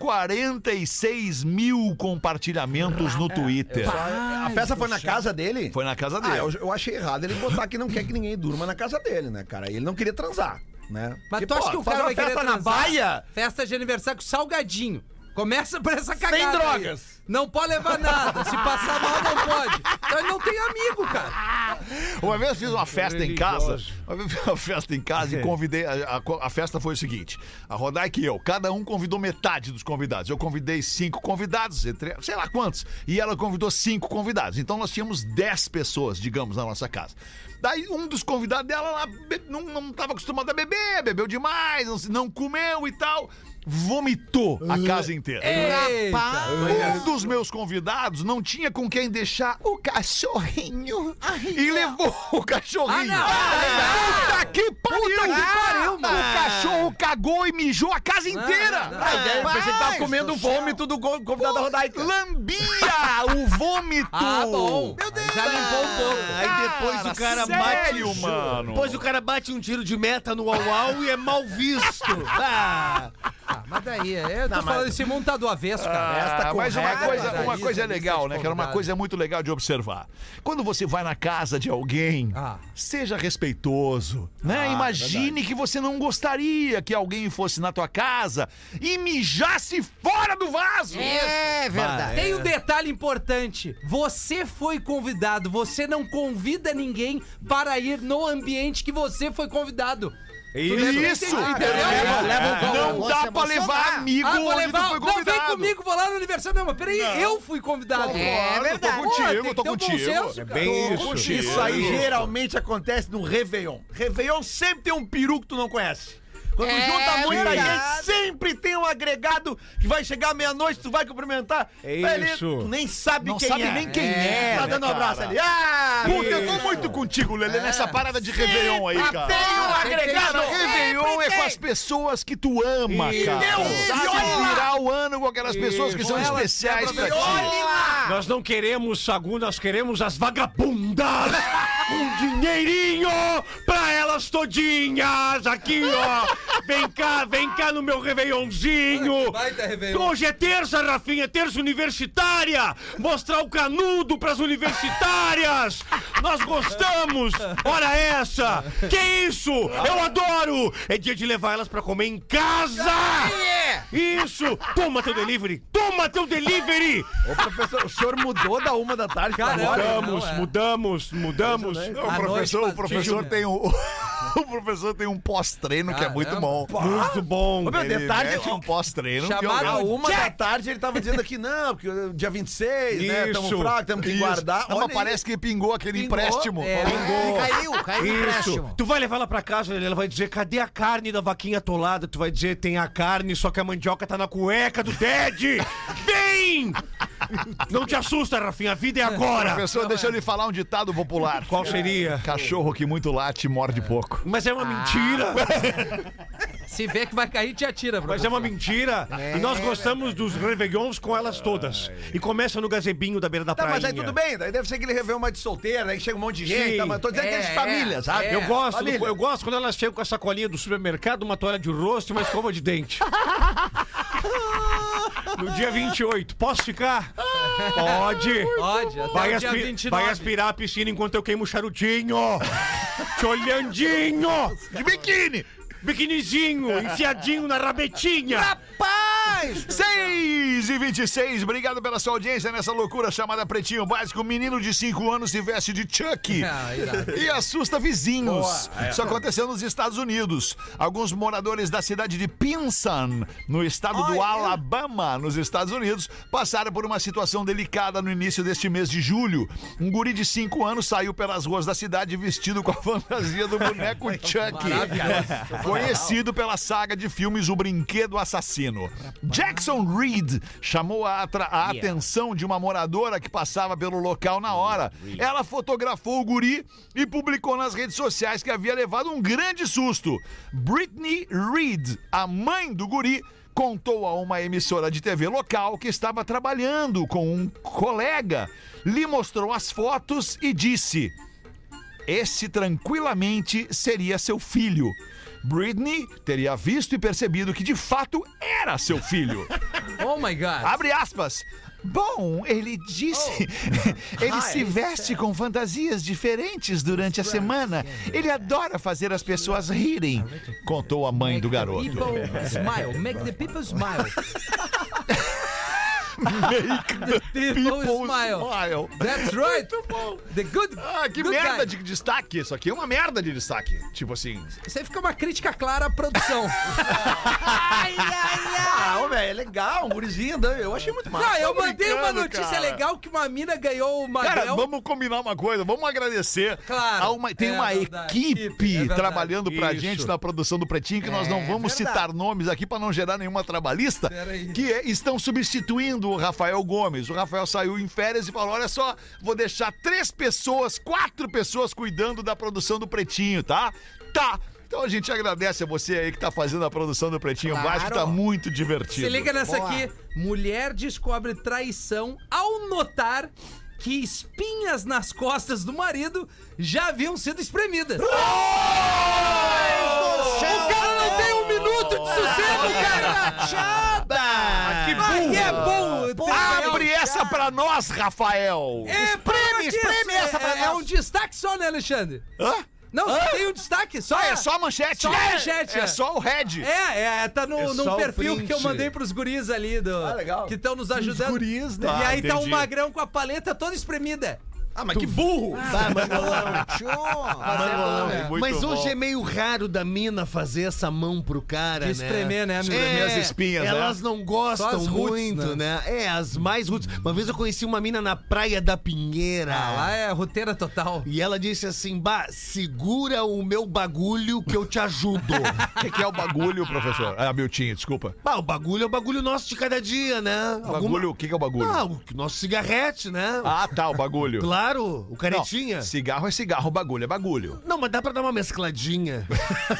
Speaker 3: 46 mil compartilhamentos no Twitter.
Speaker 7: A festa foi na casa dele?
Speaker 3: Foi na casa
Speaker 7: Ah, eu,
Speaker 3: dele.
Speaker 7: eu achei errado ele botar que não quer que ninguém durma na casa dele, né, cara? Ele não queria transar, né?
Speaker 4: Mas
Speaker 7: Porque,
Speaker 4: tu acha
Speaker 7: pô,
Speaker 4: que o
Speaker 7: fazer
Speaker 4: cara
Speaker 7: uma
Speaker 4: vai querer
Speaker 7: festa na
Speaker 4: transar?
Speaker 7: baia?
Speaker 4: Festa de aniversário com salgadinho. Começa por essa cagada. Sem drogas. Não pode levar nada. Se passar mal, não pode. Então ele não tem amigo, cara.
Speaker 3: Uma vez fiz uma festa em casa. Uma vez fiz uma festa em casa e convidei. A, a- a festa foi o seguinte: a Rodaica e eu, cada um convidou metade dos convidados. Eu convidei cinco convidados, entre, sei lá quantos, e ela convidou cinco convidados. Então nós tínhamos dez pessoas, digamos, na nossa casa. Daí um dos convidados dela lá be- não, não tava acostumado a beber, bebeu demais, não, se- não comeu e tal. Vomitou a casa inteira.
Speaker 4: É. Eita.
Speaker 3: Um dos meus convidados não tinha com quem deixar o cachorrinho e levou o cachorrinho. Puta que pariu! O cachorro cagou e mijou a casa inteira!
Speaker 7: A ideia é que ele tava comendo o vômito do go- convidado da Rodaica.
Speaker 3: Lambia o vômito!
Speaker 4: Ah, bom. Já limpou um pouco.
Speaker 11: Aí depois o cara
Speaker 3: sério,
Speaker 11: bate.
Speaker 3: mano.
Speaker 11: Depois o cara bate um tiro de meta no uau e é mal visto. Ah,
Speaker 4: Ah, mas daí, eu tô falando, esse mundo tá do avesso, cara.
Speaker 3: Ah, mas uma
Speaker 4: correta,
Speaker 3: coisa,
Speaker 4: Rodaica,
Speaker 3: uma coisa é
Speaker 4: lista de
Speaker 3: legal, né? Que era uma
Speaker 4: convidados.
Speaker 3: coisa muito legal de observar. Quando você vai na casa de alguém,
Speaker 4: Ah.
Speaker 3: seja respeitoso, né? Imagine que você não gostaria que alguém fosse na tua casa e mijasse fora do vaso.
Speaker 8: É verdade.
Speaker 4: Tem um detalhe importante. Você foi convidado, você não convida ninguém para ir no ambiente que você foi convidado.
Speaker 3: Isso!
Speaker 4: Entendeu?
Speaker 3: não dá pra levar amigo
Speaker 4: Ah, vou
Speaker 3: onde tu
Speaker 4: levar.
Speaker 3: foi
Speaker 4: Não, vem
Speaker 3: convidado.
Speaker 4: comigo, vou lá no aniversário. Não, mas peraí, eu fui convidado.
Speaker 8: É verdade.
Speaker 3: Tô contigo,
Speaker 4: tem
Speaker 3: tô
Speaker 4: que ter um bom senso,
Speaker 3: contigo. É
Speaker 4: cara.
Speaker 7: Bem
Speaker 3: Tô
Speaker 7: isso.
Speaker 3: contigo.
Speaker 7: Isso aí geralmente acontece no Réveillon. Réveillon sempre tem um peru que tu não conhece. Quando
Speaker 8: É
Speaker 7: junta muita
Speaker 8: verdade.
Speaker 7: gente, sempre tem um agregado que vai chegar meia-noite, tu vai cumprimentar.
Speaker 11: É
Speaker 7: Ele-
Speaker 11: isso.
Speaker 7: Tu nem sabe
Speaker 3: Não
Speaker 7: quem
Speaker 3: sabe
Speaker 7: é.
Speaker 3: nem quem é,
Speaker 7: Tá
Speaker 3: né,
Speaker 7: dando um
Speaker 3: cara?
Speaker 7: abraço ali. Ah,
Speaker 3: Puta, eu tô muito contigo, Lelê, nessa parada de Réveillon aí, cara.
Speaker 7: tem um agregado.
Speaker 3: Cara, Réveillon é com as pessoas que tu ama, cara.
Speaker 7: Deus,
Speaker 3: Sabe
Speaker 7: e olha lá.
Speaker 3: virar o ano com aquelas pessoas que são especiais
Speaker 7: um
Speaker 3: pra ti.
Speaker 11: nós não queremos sagu, nós queremos as vagabundas! Um dinheirinho pra elas todinhas! Aqui, ó! Vem cá, vem cá no meu Réveillonzinho!
Speaker 4: Baita Réveillon.
Speaker 11: Hoje é terça, Rafinha, terça universitária! Mostrar o canudo pras universitárias! Nós gostamos! Ora essa! Que isso! Eu adoro! É dia de levar elas pra comer em casa! Isso! Toma teu delivery! Toma teu delivery!
Speaker 7: Ô, professor, o senhor mudou da uma da tarde pra
Speaker 4: Caramba.
Speaker 7: agora?
Speaker 11: Mudamos,
Speaker 4: Não, é.
Speaker 11: mudamos, mudamos.
Speaker 3: Não,
Speaker 4: À
Speaker 3: o professor,
Speaker 4: noite,
Speaker 3: o professor
Speaker 7: né?
Speaker 4: faz-
Speaker 3: tem um. O professor tem um pós-treino que é muito bom.
Speaker 11: Muito bom.
Speaker 7: Ô, meu,
Speaker 3: Ele
Speaker 7: detalhe,
Speaker 3: mete um pós-treino
Speaker 7: A
Speaker 3: violento.
Speaker 7: uma da tarde ele tava dizendo aqui, não, porque o dia 26, né? Estamos
Speaker 11: Isso.
Speaker 7: fracos, temos que
Speaker 3: Isso.
Speaker 7: guardar.
Speaker 3: Não,
Speaker 7: Olha
Speaker 3: mas parece que pingou aquele
Speaker 7: Pingou,
Speaker 3: empréstimo.
Speaker 4: é.
Speaker 8: Pingou. Caiu, caiu o
Speaker 11: Isso.
Speaker 8: empréstimo.
Speaker 11: Tu vai levar ela pra casa, ela vai dizer, cadê a carne da vaquinha atolada? Tu vai dizer, tem a carne, só que a mandioca tá na cueca do Ted. Vem! Não te assusta, Rafinha, a vida é agora.
Speaker 3: Professor, deixa eu lhe falar um ditado popular.
Speaker 11: Qual seria?
Speaker 3: Cachorro que muito late morde pouco.
Speaker 11: Mas
Speaker 7: Ah,
Speaker 11: é uma mentira.
Speaker 4: Se vê que vai cair, te atira, bro.
Speaker 11: Mas é uma mentira. E nós gostamos dos Réveillons com elas todas. E começa no gazebinho da beira da
Speaker 7: Tá,
Speaker 11: praia.
Speaker 7: mas aí tudo bem, daí deve ser que ele revê uma de solteira, aí chega um monte de gente,
Speaker 11: Sim.
Speaker 7: tá, mas tô dizendo que é de
Speaker 4: É,
Speaker 7: família,
Speaker 4: é,
Speaker 7: sabe?
Speaker 4: é.
Speaker 11: Eu gosto,
Speaker 7: Família.
Speaker 11: do- eu gosto quando elas chegam com a sacolinha do supermercado, uma toalha de rosto e uma escova de dente. No dia 28, posso ficar?
Speaker 7: Ah.
Speaker 11: Pode.
Speaker 4: Pode, até
Speaker 11: Vai,
Speaker 4: o dia
Speaker 11: aspi-
Speaker 4: 29.
Speaker 11: vai aspirar a piscina enquanto eu queimo o charutinho. Te olhandinho.
Speaker 3: De biquíni!
Speaker 11: Biquinizinho, enfiadinho na rabetinha.
Speaker 3: 6 e 26, obrigado pela sua audiência nessa loucura chamada Pretinho Básico. Um Menino de 5 anos se veste de Chuck
Speaker 4: Ah, irado. é.
Speaker 3: e assusta vizinhos. Isso aconteceu nos Estados Unidos. Alguns moradores da cidade de Pinson, no estado do Alabama, nos Estados Unidos, passaram por uma situação delicada no início deste mês de julho. Um guri de 5 anos saiu pelas ruas da cidade vestido com a fantasia do boneco Chuck. Conhecido pela saga de filmes O Brinquedo Assassino. Jackson Reed chamou a, atra- a atenção de uma moradora que passava pelo local na hora. Ela fotografou o guri e publicou nas redes sociais que havia levado um grande susto. Britney Reed, a mãe do guri, contou a uma emissora de TV local que estava trabalhando com um colega, lhe mostrou as fotos e disse: esse tranquilamente seria seu filho. Britney teria visto e percebido que de fato era seu filho.
Speaker 4: Oh my God.
Speaker 3: Abre aspas. Bom, ele disse. ele se veste com fantasias diferentes durante a semana. Ele adora fazer as pessoas rirem, contou a mãe do garoto.
Speaker 4: People smile, make the people smile.
Speaker 3: Make the
Speaker 4: People smile. That's right.
Speaker 3: Muito bom.
Speaker 4: The good.
Speaker 3: Ah, que
Speaker 4: good
Speaker 3: merda
Speaker 4: guy.
Speaker 3: de destaque. Isso aqui é uma merda de destaque. Tipo assim.
Speaker 4: Isso aí fica uma crítica clara à produção.
Speaker 8: Ai, ai, ai.
Speaker 7: Ah, ô, velho, é legal, um gurizinho, eu achei muito massa.
Speaker 4: Não, Ah, eu mandei uma
Speaker 3: brincando,
Speaker 4: notícia
Speaker 3: cara.
Speaker 4: legal que uma mina ganhou o Magrão.
Speaker 3: Cara, vamos combinar uma coisa, vamos agradecer.
Speaker 4: Claro.
Speaker 3: a uma- tem
Speaker 4: É
Speaker 3: uma
Speaker 4: verdade. Equipe, é
Speaker 3: equipe
Speaker 4: verdade. É
Speaker 3: trabalhando pra
Speaker 11: Isso.
Speaker 3: gente na produção do Pretinho, que nós não vamos
Speaker 4: verdade.
Speaker 3: citar nomes aqui pra não gerar nenhuma trabalhista,
Speaker 4: Peraí.
Speaker 3: que é- estão substituindo o Rafael Gomes. O Rafael saiu em férias e falou: olha só, vou deixar três pessoas, quatro pessoas cuidando da produção do Pretinho, tá? Tá. Então a gente agradece a você aí que tá fazendo a produção do Pretinho
Speaker 8: Claro.
Speaker 3: Básico, tá muito divertido.
Speaker 4: Se liga nessa
Speaker 8: Boa.
Speaker 4: aqui. Mulher descobre traição ao notar que espinhas nas costas do marido já haviam sido espremidas. O cara não tem um minuto de sossego, cara! Chata!
Speaker 11: Ah,
Speaker 4: Que burro! é bom!
Speaker 3: Abre essa pra nós, Rafael!
Speaker 4: É, espreme, espreme essa pra É um destaque só, né, Alexandre?
Speaker 3: Hã?
Speaker 4: Não, só tem um destaque. Só
Speaker 3: Ah, é só a manchete.
Speaker 4: Só a
Speaker 3: É,
Speaker 4: manchete,
Speaker 3: É,
Speaker 4: é.
Speaker 3: só o head.
Speaker 4: É, é, tá no, num
Speaker 7: só o
Speaker 4: perfil
Speaker 7: print.
Speaker 4: que eu mandei pros guris ali do. Ah,
Speaker 7: legal.
Speaker 4: Que estão nos ajudando.
Speaker 3: guris, né?
Speaker 4: E aí
Speaker 3: Ah,
Speaker 4: tá o
Speaker 3: entendi.
Speaker 4: magrão com a paleta toda espremida.
Speaker 7: Ah, mas que burro!
Speaker 11: Ah,
Speaker 3: Mangolão, muito
Speaker 11: é Mas hoje
Speaker 3: bom.
Speaker 11: é meio raro da mina fazer essa mão pro cara,
Speaker 4: De
Speaker 11: né?
Speaker 4: espremer, né, amigo?
Speaker 3: Espremer as espinhas, né?
Speaker 11: Elas não
Speaker 4: Só
Speaker 11: gostam
Speaker 4: as roots,
Speaker 11: muito, né? É, as mais roots. Uma vez eu conheci uma mina na Praia da Pinheira.
Speaker 4: Ah, lá é roteira total.
Speaker 11: E ela disse assim, bah, segura o meu bagulho que eu te ajudo.
Speaker 3: O que, que é o bagulho, professor? Ah, Miltinho, desculpa.
Speaker 11: bah, o bagulho é o bagulho nosso de cada dia, né?
Speaker 3: Bagulho, o que, que é o bagulho?
Speaker 11: Ah, o nosso cigarrete, né?
Speaker 3: Ah, tá, o bagulho.
Speaker 11: Claro, o
Speaker 3: Não,
Speaker 11: caretinha. Não,
Speaker 3: cigarro é cigarro, bagulho é bagulho.
Speaker 11: mas dá pra dar uma mescladinha.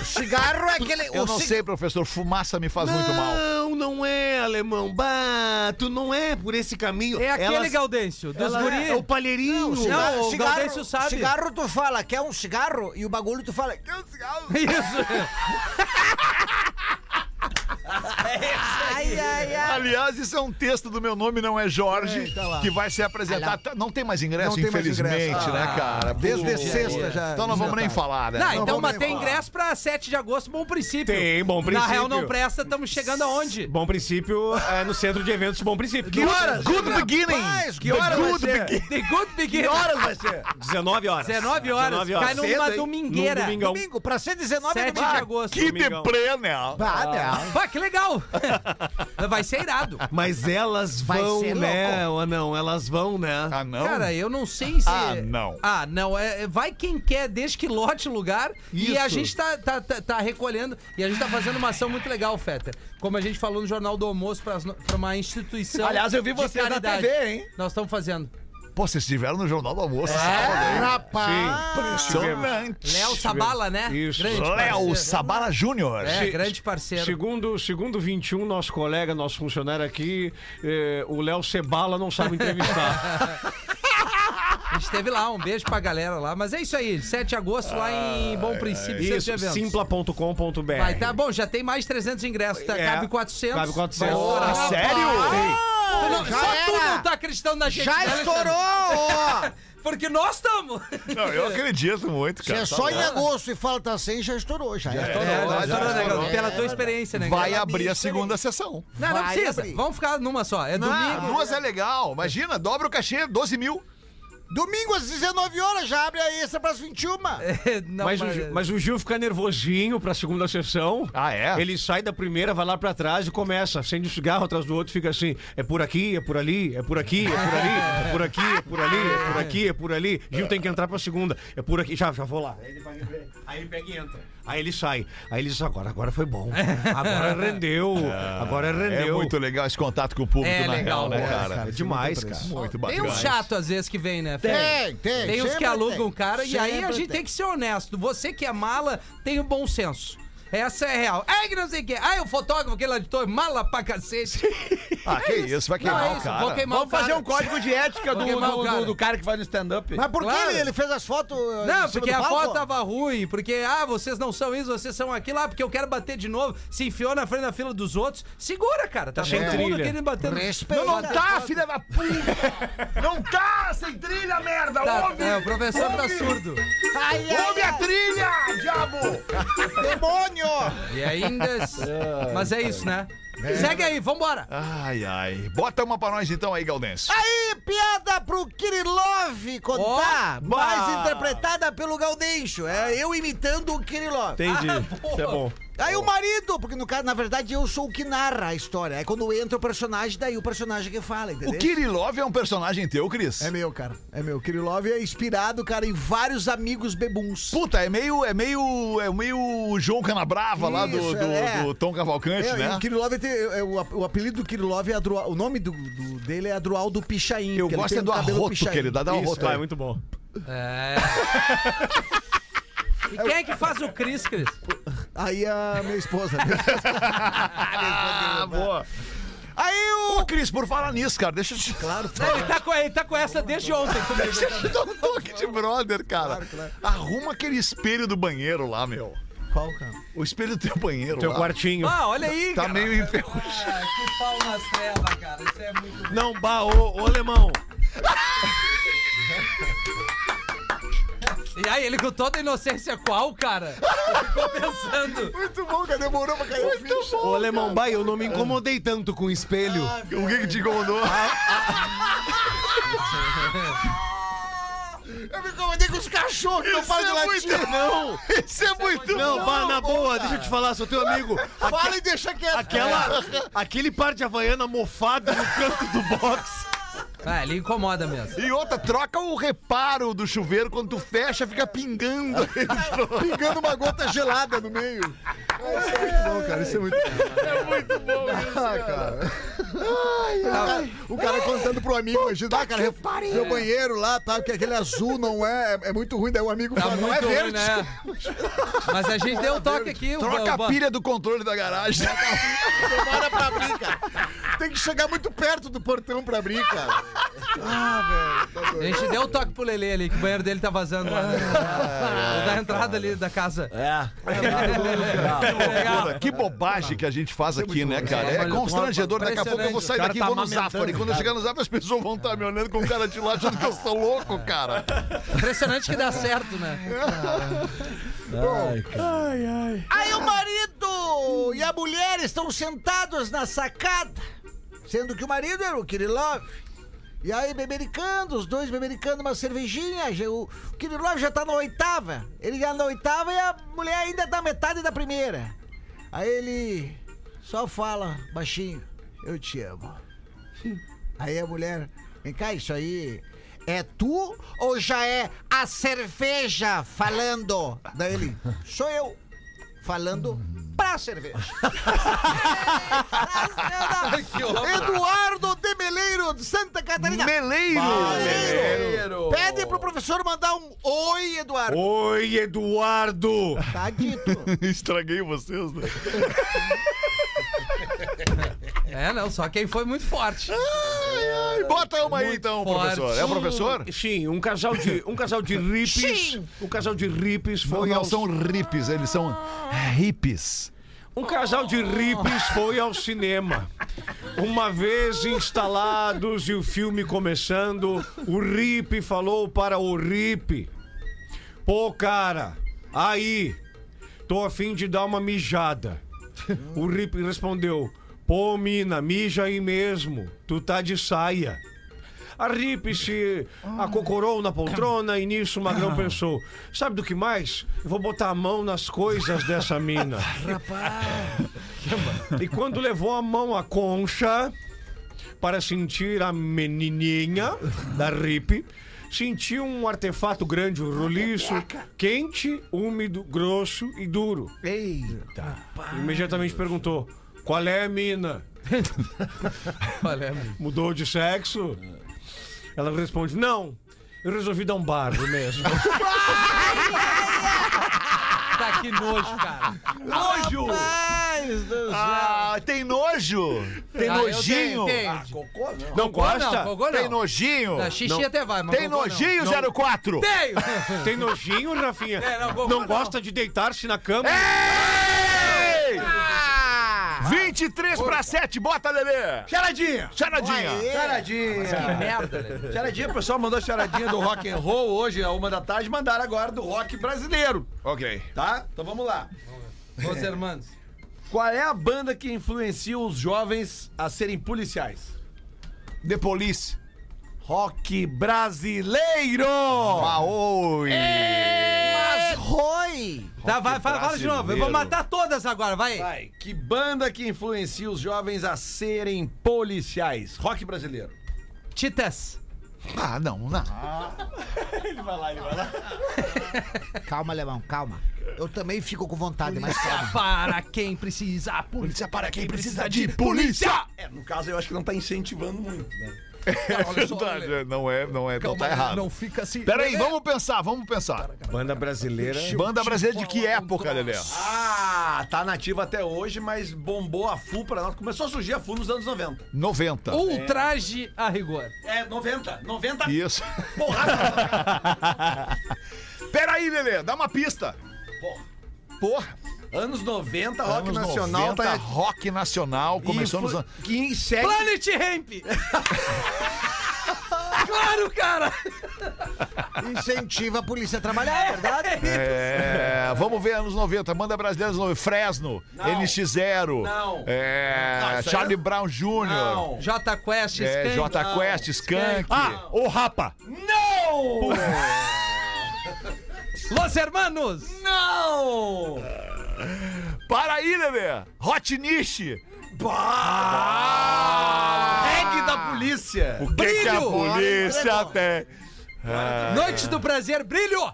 Speaker 8: Cigarro é aquele.
Speaker 3: Eu não sei, professor, fumaça me faz muito mal.
Speaker 11: um Não, não é, alemão. Bah, tu não é por esse caminho.
Speaker 4: É aquele
Speaker 11: Elas-
Speaker 4: Gaudêncio, dos
Speaker 11: ela-
Speaker 4: guris.
Speaker 11: É o palheirinho.
Speaker 4: cigarro- o é. Gaudêncio sabe.
Speaker 8: Cigarro tu fala, quer um cigarro? E o bagulho tu fala, quer um cigarro?
Speaker 4: Isso.
Speaker 8: Ai, ai, ai.
Speaker 3: Aliás, isso é um texto do meu nome não é Jorge, que vai ser apresentado. Tá- Não tem mais ingresso,
Speaker 10: Não tem mais
Speaker 3: infelizmente,
Speaker 10: ingresso.
Speaker 3: né, cara?
Speaker 10: Desde
Speaker 3: Pô,
Speaker 10: sexta já
Speaker 3: Então não vamos nem
Speaker 10: esgotado.
Speaker 3: falar, né?
Speaker 4: Não,
Speaker 3: Não
Speaker 4: então
Speaker 10: vamos
Speaker 4: mas
Speaker 10: nem
Speaker 4: tem
Speaker 10: falar.
Speaker 4: ingresso pra 7 de agosto, bom princípio.
Speaker 11: Tem, bom
Speaker 4: Na
Speaker 11: princípio.
Speaker 4: real não presta, estamos chegando aonde?
Speaker 11: Bom princípio é no centro de eventos Bom Princípio.
Speaker 3: Good- Good beginning!
Speaker 11: que horas vai ser?
Speaker 4: The Good Beginning.
Speaker 7: horas vai ser?
Speaker 11: 19 horas.
Speaker 4: 19 horas. Cai numa
Speaker 7: Cedo, hein?
Speaker 4: domingueira.
Speaker 11: Num domingão.
Speaker 8: Domingo, pra ser 19 é
Speaker 4: 7 de Ah,
Speaker 8: domingo.
Speaker 4: agosto.
Speaker 3: Que deprê, né?
Speaker 4: Pá, que legal. Vai ser irado.
Speaker 11: Mas elas vão,
Speaker 8: ser
Speaker 11: né? Ou não, elas vão, né?
Speaker 7: Tá.
Speaker 3: Ah, não?
Speaker 4: Cara, eu não sei se.
Speaker 3: Ah, não.
Speaker 4: Ah, não. É, é- vai quem quer, desde que lote o lugar. E
Speaker 11: Isso.
Speaker 4: a gente tá, tá, tá, tá recolhendo e a gente tá fazendo uma ação muito legal, Feta. Como a gente falou no Jornal do Almoço pra, pra uma instituição.
Speaker 7: Aliás, eu vi
Speaker 4: de
Speaker 7: você na
Speaker 4: caridade.
Speaker 7: TV, hein?
Speaker 4: Nós estamos fazendo.
Speaker 3: Pô, vocês estiveram no Jornal do
Speaker 4: É.
Speaker 3: Almoço.
Speaker 7: É?
Speaker 11: Rapaz.
Speaker 3: Impressionante.
Speaker 4: Léo Sabala, né?
Speaker 6: Isso.
Speaker 4: Grande
Speaker 3: Léo
Speaker 4: parceiro.
Speaker 3: Sabala Júnior.
Speaker 4: É,
Speaker 6: Se-
Speaker 4: grande parceiro.
Speaker 6: Segundo, segundo 21, nosso colega, nosso funcionário aqui, eh, o Léo Cebala não sabe entrevistar.
Speaker 4: A gente esteve lá, um beijo pra galera lá. Mas é isso aí, 7 de agosto lá em Bom Princípio, centro de
Speaker 6: Isso,
Speaker 4: eventos.
Speaker 6: simpla.com.br.
Speaker 4: Vai, tá bom, já tem mais 300 ingressos, tá?
Speaker 6: É,
Speaker 4: cabe 400.
Speaker 6: cabe 400.
Speaker 4: Vai estourar.
Speaker 6: Ah,
Speaker 3: Sério?
Speaker 4: Tu não-
Speaker 8: Já
Speaker 4: só tu
Speaker 8: era.
Speaker 4: não tá acreditando na gente.
Speaker 8: Já
Speaker 4: né,
Speaker 8: estourou!
Speaker 4: Alexandre?
Speaker 8: ó.
Speaker 4: Porque nós estamos.
Speaker 3: Não, eu acredito muito,
Speaker 8: Se
Speaker 3: cara.
Speaker 8: é
Speaker 3: Tá
Speaker 8: só em
Speaker 3: louco.
Speaker 8: agosto e falta 100, já estourou, É, já. era.
Speaker 4: É,
Speaker 3: já estourou.
Speaker 4: né, Pela tua experiência, né?
Speaker 3: Vai
Speaker 4: Gabriel?
Speaker 3: abrir a segunda sessão.
Speaker 4: Não, não
Speaker 8: Vai
Speaker 4: precisa.
Speaker 8: abrir.
Speaker 4: Vamos ficar numa só. É
Speaker 3: Ah,
Speaker 4: domingo.
Speaker 3: duas é legal. Imagina, dobra o cachê, 12 mil.
Speaker 8: É. Domingo às 19 horas já abre a extra pras 21.
Speaker 4: É,
Speaker 7: Então,
Speaker 4: não,
Speaker 6: mas, o, Gil- mas o Gil fica nervosinho pra segunda sessão.
Speaker 3: Ah, é?
Speaker 6: Ele sai da primeira, vai lá pra trás e começa. Acende um cigarro atrás do outro, fica assim: é por aqui, é por ali, é por aqui, é por ali, é por aqui, é por ali, é por aqui, é por ali. Gil tem que entrar pra segunda. É por aqui, já, já vou lá. Aí ele vai- Aí ele pega e entra. Aí ele sai. Aí ele diz: agora, agora foi bom. Agora rendeu. Agora
Speaker 3: É
Speaker 6: rendeu.
Speaker 3: muito legal esse contato com o público,
Speaker 4: É
Speaker 3: na real,
Speaker 4: legal,
Speaker 3: né,
Speaker 4: né,
Speaker 3: cara?
Speaker 6: É demais, cara.
Speaker 3: Muito
Speaker 4: Tem
Speaker 3: bacana.
Speaker 4: uns chato às vezes que vem, né? Fê?
Speaker 8: Tem, tem.
Speaker 4: Tem uns que
Speaker 8: sempre
Speaker 4: alugam o
Speaker 8: tem.
Speaker 4: cara e aí a
Speaker 8: Sempre
Speaker 4: gente tem que ser honesto. Você que é mala, tem o bom senso. Essa é real. Ai, que não sei o quê. Ai, o fotógrafo, aquele editor, mala pra cacete.
Speaker 3: Ah, que isso, vai
Speaker 4: Não,
Speaker 3: queimar o
Speaker 4: é isso,
Speaker 3: cara.
Speaker 4: vou queimar
Speaker 7: Vamos
Speaker 4: o
Speaker 7: fazer
Speaker 4: cara.
Speaker 7: um código de ética do,
Speaker 4: Vou queimar o
Speaker 7: do- do-
Speaker 4: cara.
Speaker 7: do cara que faz o stand-up.
Speaker 8: Mas por
Speaker 4: Claro.
Speaker 8: que ele, ele fez as fotos? eh, em
Speaker 4: Não,
Speaker 8: cima
Speaker 4: porque
Speaker 8: do
Speaker 4: a
Speaker 8: palco?
Speaker 4: foto tava ruim, porque, ah, vocês não são isso, vocês são aquilo, ah, porque eu quero bater de novo, se enfiou na frente da fila dos outros, segura, cara, tá
Speaker 6: Sem
Speaker 4: todo mundo
Speaker 6: trilha.
Speaker 4: querendo bater no...
Speaker 8: Respeita.
Speaker 4: Não, não tá, filha
Speaker 3: da puta! Não tá sem trilha, merda!
Speaker 4: da... É, o professor tá surdo.
Speaker 8: Ai, ai, ai,
Speaker 3: a trilha, diabo!
Speaker 8: demônio!
Speaker 4: Pretinho! E ainda. Mas é isso, né? Segue aí, vambora!
Speaker 3: Ai, ai. Bota uma pra nós então aí, Galdense.
Speaker 8: Aí, piada pro Kirilov contar,
Speaker 3: Oba!
Speaker 8: mais interpretada pelo Gaudencho. É eu imitando o Kirilov.
Speaker 6: Entendi. Isso é bom.
Speaker 8: Aí o marido, porque no caso, na verdade, eu sou o que narra a história. É quando entra o personagem, daí o personagem que fala, entendeu?
Speaker 3: O Kirilov é um personagem teu, Cris?
Speaker 10: É meu, cara. É meu. Kirilov é inspirado, cara, em vários amigos bebuns.
Speaker 3: Puta, é meio, é meio, é meio João Canabrava lá do,
Speaker 10: Isso,
Speaker 3: do,
Speaker 10: é.
Speaker 3: do Tom Cavalcante,
Speaker 10: É,
Speaker 3: né?
Speaker 10: O Kirilov tem- é, é, o ap- o apelido do Kirilov é Adroal, o nome do, do- dele é Adroaldo Pichain.
Speaker 3: Eu
Speaker 10: porque ele
Speaker 3: gosto
Speaker 10: tem
Speaker 3: é
Speaker 10: um
Speaker 3: do
Speaker 10: cabelo
Speaker 3: arroto
Speaker 10: pichain.
Speaker 3: que ele dá, dá um
Speaker 6: Isso,
Speaker 3: arroto.
Speaker 6: tá, é
Speaker 3: aí.
Speaker 6: muito bom.
Speaker 4: É. E quem é que faz o Cris, Cris?
Speaker 10: Aí a minha esposa. né?
Speaker 3: Ah, boa. Aí o... Ô, Cris, por falar nisso, cara, deixa eu te... Claro.
Speaker 4: Não, ele, tá com, ele tá com essa desde ontem comigo.
Speaker 3: Deixa eu te dar um toque de brother, cara. Arruma aquele espelho do banheiro lá, meu.
Speaker 10: Qual, cara?
Speaker 3: O espelho do teu banheiro
Speaker 6: Teu
Speaker 3: lá.
Speaker 6: quartinho.
Speaker 4: Ah, olha aí,
Speaker 3: Tá
Speaker 4: cara.
Speaker 3: meio enferrujado.
Speaker 4: Ah, que pau nas trevas, cara. Isso é muito
Speaker 6: Não, bah, ô, ô alemão.
Speaker 4: E aí, ele com toda a inocência qual, cara? Ficou pensando.
Speaker 3: Muito bom, cara. Demorou pra cair Muito bom.
Speaker 6: Ô alemão, bah, eu não me incomodei tanto com o espelho.
Speaker 3: O que que te incomodou?
Speaker 8: Eu me incomodei com os cachorros que não param
Speaker 10: é
Speaker 7: é
Speaker 8: de latir.
Speaker 6: Não,
Speaker 3: Isso é muito
Speaker 6: não, bah, na boa, deixa eu te falar, sou teu amigo.
Speaker 8: Fala e deixa quieto.
Speaker 6: Aquela, aquele par de Havaiana mofado no canto do box.
Speaker 4: Ah, ele incomoda mesmo.
Speaker 3: E outra, troca o reparo do chuveiro. Quando tu fecha, fica pingando.
Speaker 10: Pingando uma gota gelada no meio. Isso é muito bom, cara. Isso é muito bom. Ah, cara. O cara contando pro amigo, imagina, ah, cara, meu banheiro lá, tá? Porque aquele azul não é, é muito ruim, daí o amigo
Speaker 4: Tá
Speaker 10: fala,
Speaker 4: muito
Speaker 10: não é
Speaker 4: ruim,
Speaker 10: verde.
Speaker 4: né? Mas a gente deu um toque aqui. o
Speaker 3: Troca
Speaker 4: ba-
Speaker 3: a pilha do controle da garagem.
Speaker 10: Demora pra abrir, cara. Tem que chegar muito perto do portão pra abrir, cara.
Speaker 4: A gente deu um toque pro Lele ali, que o banheiro dele tá vazando lá. né?
Speaker 3: É.
Speaker 4: da entrada ali da casa. Legal.
Speaker 3: Que bobagem que a gente faz aqui, né, cara? É
Speaker 4: Olha,
Speaker 3: constrangedor. Daqui a pouco eu vou sair daqui e
Speaker 4: tá
Speaker 3: vou no
Speaker 6: amamentando,
Speaker 3: Zafari. Quando eu chegar no Zafari, as pessoas vão estar me olhando com um cara de lá achando que eu sou louco, cara.
Speaker 4: Impressionante que dá certo, né?
Speaker 8: Aí o marido e a mulher estão sentados na sacada, sendo que o marido era o Kirilov. E aí, bebericando, os dois bebericando uma cervejinha. já- O Kirilov já tá na oitava. Ele já na oitava e a mulher ainda tá metade da primeira. Aí ele só fala baixinho: Eu te amo. Aí a mulher: Vem cá, isso aí. É tu ou já é a cerveja falando? Daí ele: Sou eu falando pra cerveja. Eduardo de Meleiro, de Santa Catarina.
Speaker 3: Meleiro!
Speaker 8: Pede pro professor mandar um oi, Eduardo.
Speaker 6: Oi, Eduardo.
Speaker 8: Tá dito.
Speaker 3: Estraguei vocês, né?
Speaker 4: É, não, só quem foi muito forte.
Speaker 3: Ai, ai, Bota uma aí então,
Speaker 4: forte.
Speaker 3: professor. É o professor?
Speaker 6: Sim, um casal de, um casal de hippies, um casal de hippies foi
Speaker 3: Não
Speaker 6: ao
Speaker 3: são rips, eles são é, hippies.
Speaker 6: Um casal de hippies foi ao cinema. Uma vez instalados e o filme começando, o hippie falou para o hippie: Pô, cara, aí, tô a fim de dar uma mijada. O hippie respondeu: Pô, mina, mija aí mesmo, tu tá de saia. A Rip se acocorou na poltrona e nisso o Magrão pensou: sabe do que mais? Eu vou botar a mão nas coisas dessa mina. E quando levou a mão à concha para sentir a menininha da Rip, sentiu um artefato grande, um roliço, quente, úmido, grosso e duro. Eita! Imediatamente perguntou: qual é a mina?
Speaker 4: Olha,
Speaker 6: Mudou de sexo? Ela responde: não. Eu resolvi dar um barro mesmo.
Speaker 4: tá que nojo, cara.
Speaker 3: Nojo! Ah, tem nojo? Tem
Speaker 4: Ah, eu
Speaker 3: nojinho?
Speaker 4: tenho, tenho.
Speaker 6: Não
Speaker 4: Não,
Speaker 6: gosta?
Speaker 4: cocô não.
Speaker 3: Tem nojinho?
Speaker 4: Não, xixi até vai, mas
Speaker 3: Tem
Speaker 4: cocô não.
Speaker 3: nojinho, 04?
Speaker 4: Tenho!
Speaker 6: Tem nojinho, Rafinha?
Speaker 4: É, não, cocô não.
Speaker 6: gosta de deitar-se na cama?
Speaker 3: Ei! 23 pra 7, bota, Lelê!
Speaker 7: Charadinha!
Speaker 3: Charadinha!
Speaker 7: Charadinha!
Speaker 4: Merda, né?
Speaker 7: Charadinha, o pessoal mandou a charadinha do rock and roll hoje, a uma da tarde, mandaram agora do rock brasileiro,
Speaker 3: Ok.
Speaker 7: tá? Então vamos lá.
Speaker 4: Os irmãos.
Speaker 7: Qual é a banda que influencia os jovens a serem policiais?
Speaker 3: The Police.
Speaker 7: Rock brasileiro!
Speaker 3: Maoi.
Speaker 8: Mas Roy!
Speaker 4: Tá, vai, fala, fala de novo. Eu vou
Speaker 3: brasileiro.
Speaker 4: matar todas agora, vai.
Speaker 7: Vai, que banda que influencia os jovens a serem policiais? Rock brasileiro.
Speaker 4: Titas.
Speaker 3: Ah, não, não.
Speaker 8: Calma, Alemão, calma. Eu também fico com vontade, mas
Speaker 3: Ah.
Speaker 8: calma.
Speaker 9: Para quem precisa, a polícia.
Speaker 3: Polícia para quem precisa de polícia!
Speaker 7: É, no caso eu acho que não tá incentivando muito, né?
Speaker 3: É
Speaker 9: olha só,
Speaker 3: verdade,
Speaker 9: olha.
Speaker 3: é, não é, não é, não
Speaker 9: Calma,
Speaker 3: tá errado.
Speaker 9: Não fica assim.
Speaker 3: Peraí,
Speaker 9: É,
Speaker 3: vamos pensar, vamos pensar.
Speaker 6: Banda brasileira.
Speaker 3: Banda brasileira de que época, Lelê?
Speaker 7: Ah, tá nativa até hoje, mas bombou a FU pra nós. Começou a surgir a FU nos anos 90.
Speaker 3: 90.
Speaker 4: Ultraje Um a rigor.
Speaker 7: É, 90. 90
Speaker 3: Isso.
Speaker 7: porrada.
Speaker 3: Peraí, Lelê, dá uma pista. Porra.
Speaker 7: anos 90, rock
Speaker 3: Anos
Speaker 7: nacional
Speaker 3: 90,
Speaker 7: tá.
Speaker 3: Rock nacional, começou nos anos...
Speaker 7: Que insegue.
Speaker 4: Planet Ramp. claro, cara.
Speaker 8: Incentiva a polícia a trabalhar, é verdade?
Speaker 3: É, vamos ver anos 90, banda brasileira dos 90, Fresno, NX0,
Speaker 7: Não. Não,
Speaker 3: é,
Speaker 7: isso aí
Speaker 3: Charlie
Speaker 7: é-
Speaker 3: Brown Jr.,
Speaker 7: Não.
Speaker 4: J Quest,
Speaker 3: é,
Speaker 4: Skank.
Speaker 3: J Quest, Skank.
Speaker 11: Ah, o Rapa.
Speaker 7: Não!
Speaker 4: Los Hermanos.
Speaker 7: Não!
Speaker 3: Para aí, Lelê, Hot Niche.
Speaker 7: Reg
Speaker 3: Ah!
Speaker 7: da polícia.
Speaker 3: O que, que a
Speaker 4: Brilho!
Speaker 3: polícia tem?
Speaker 4: Noite do Prazer, Brilho.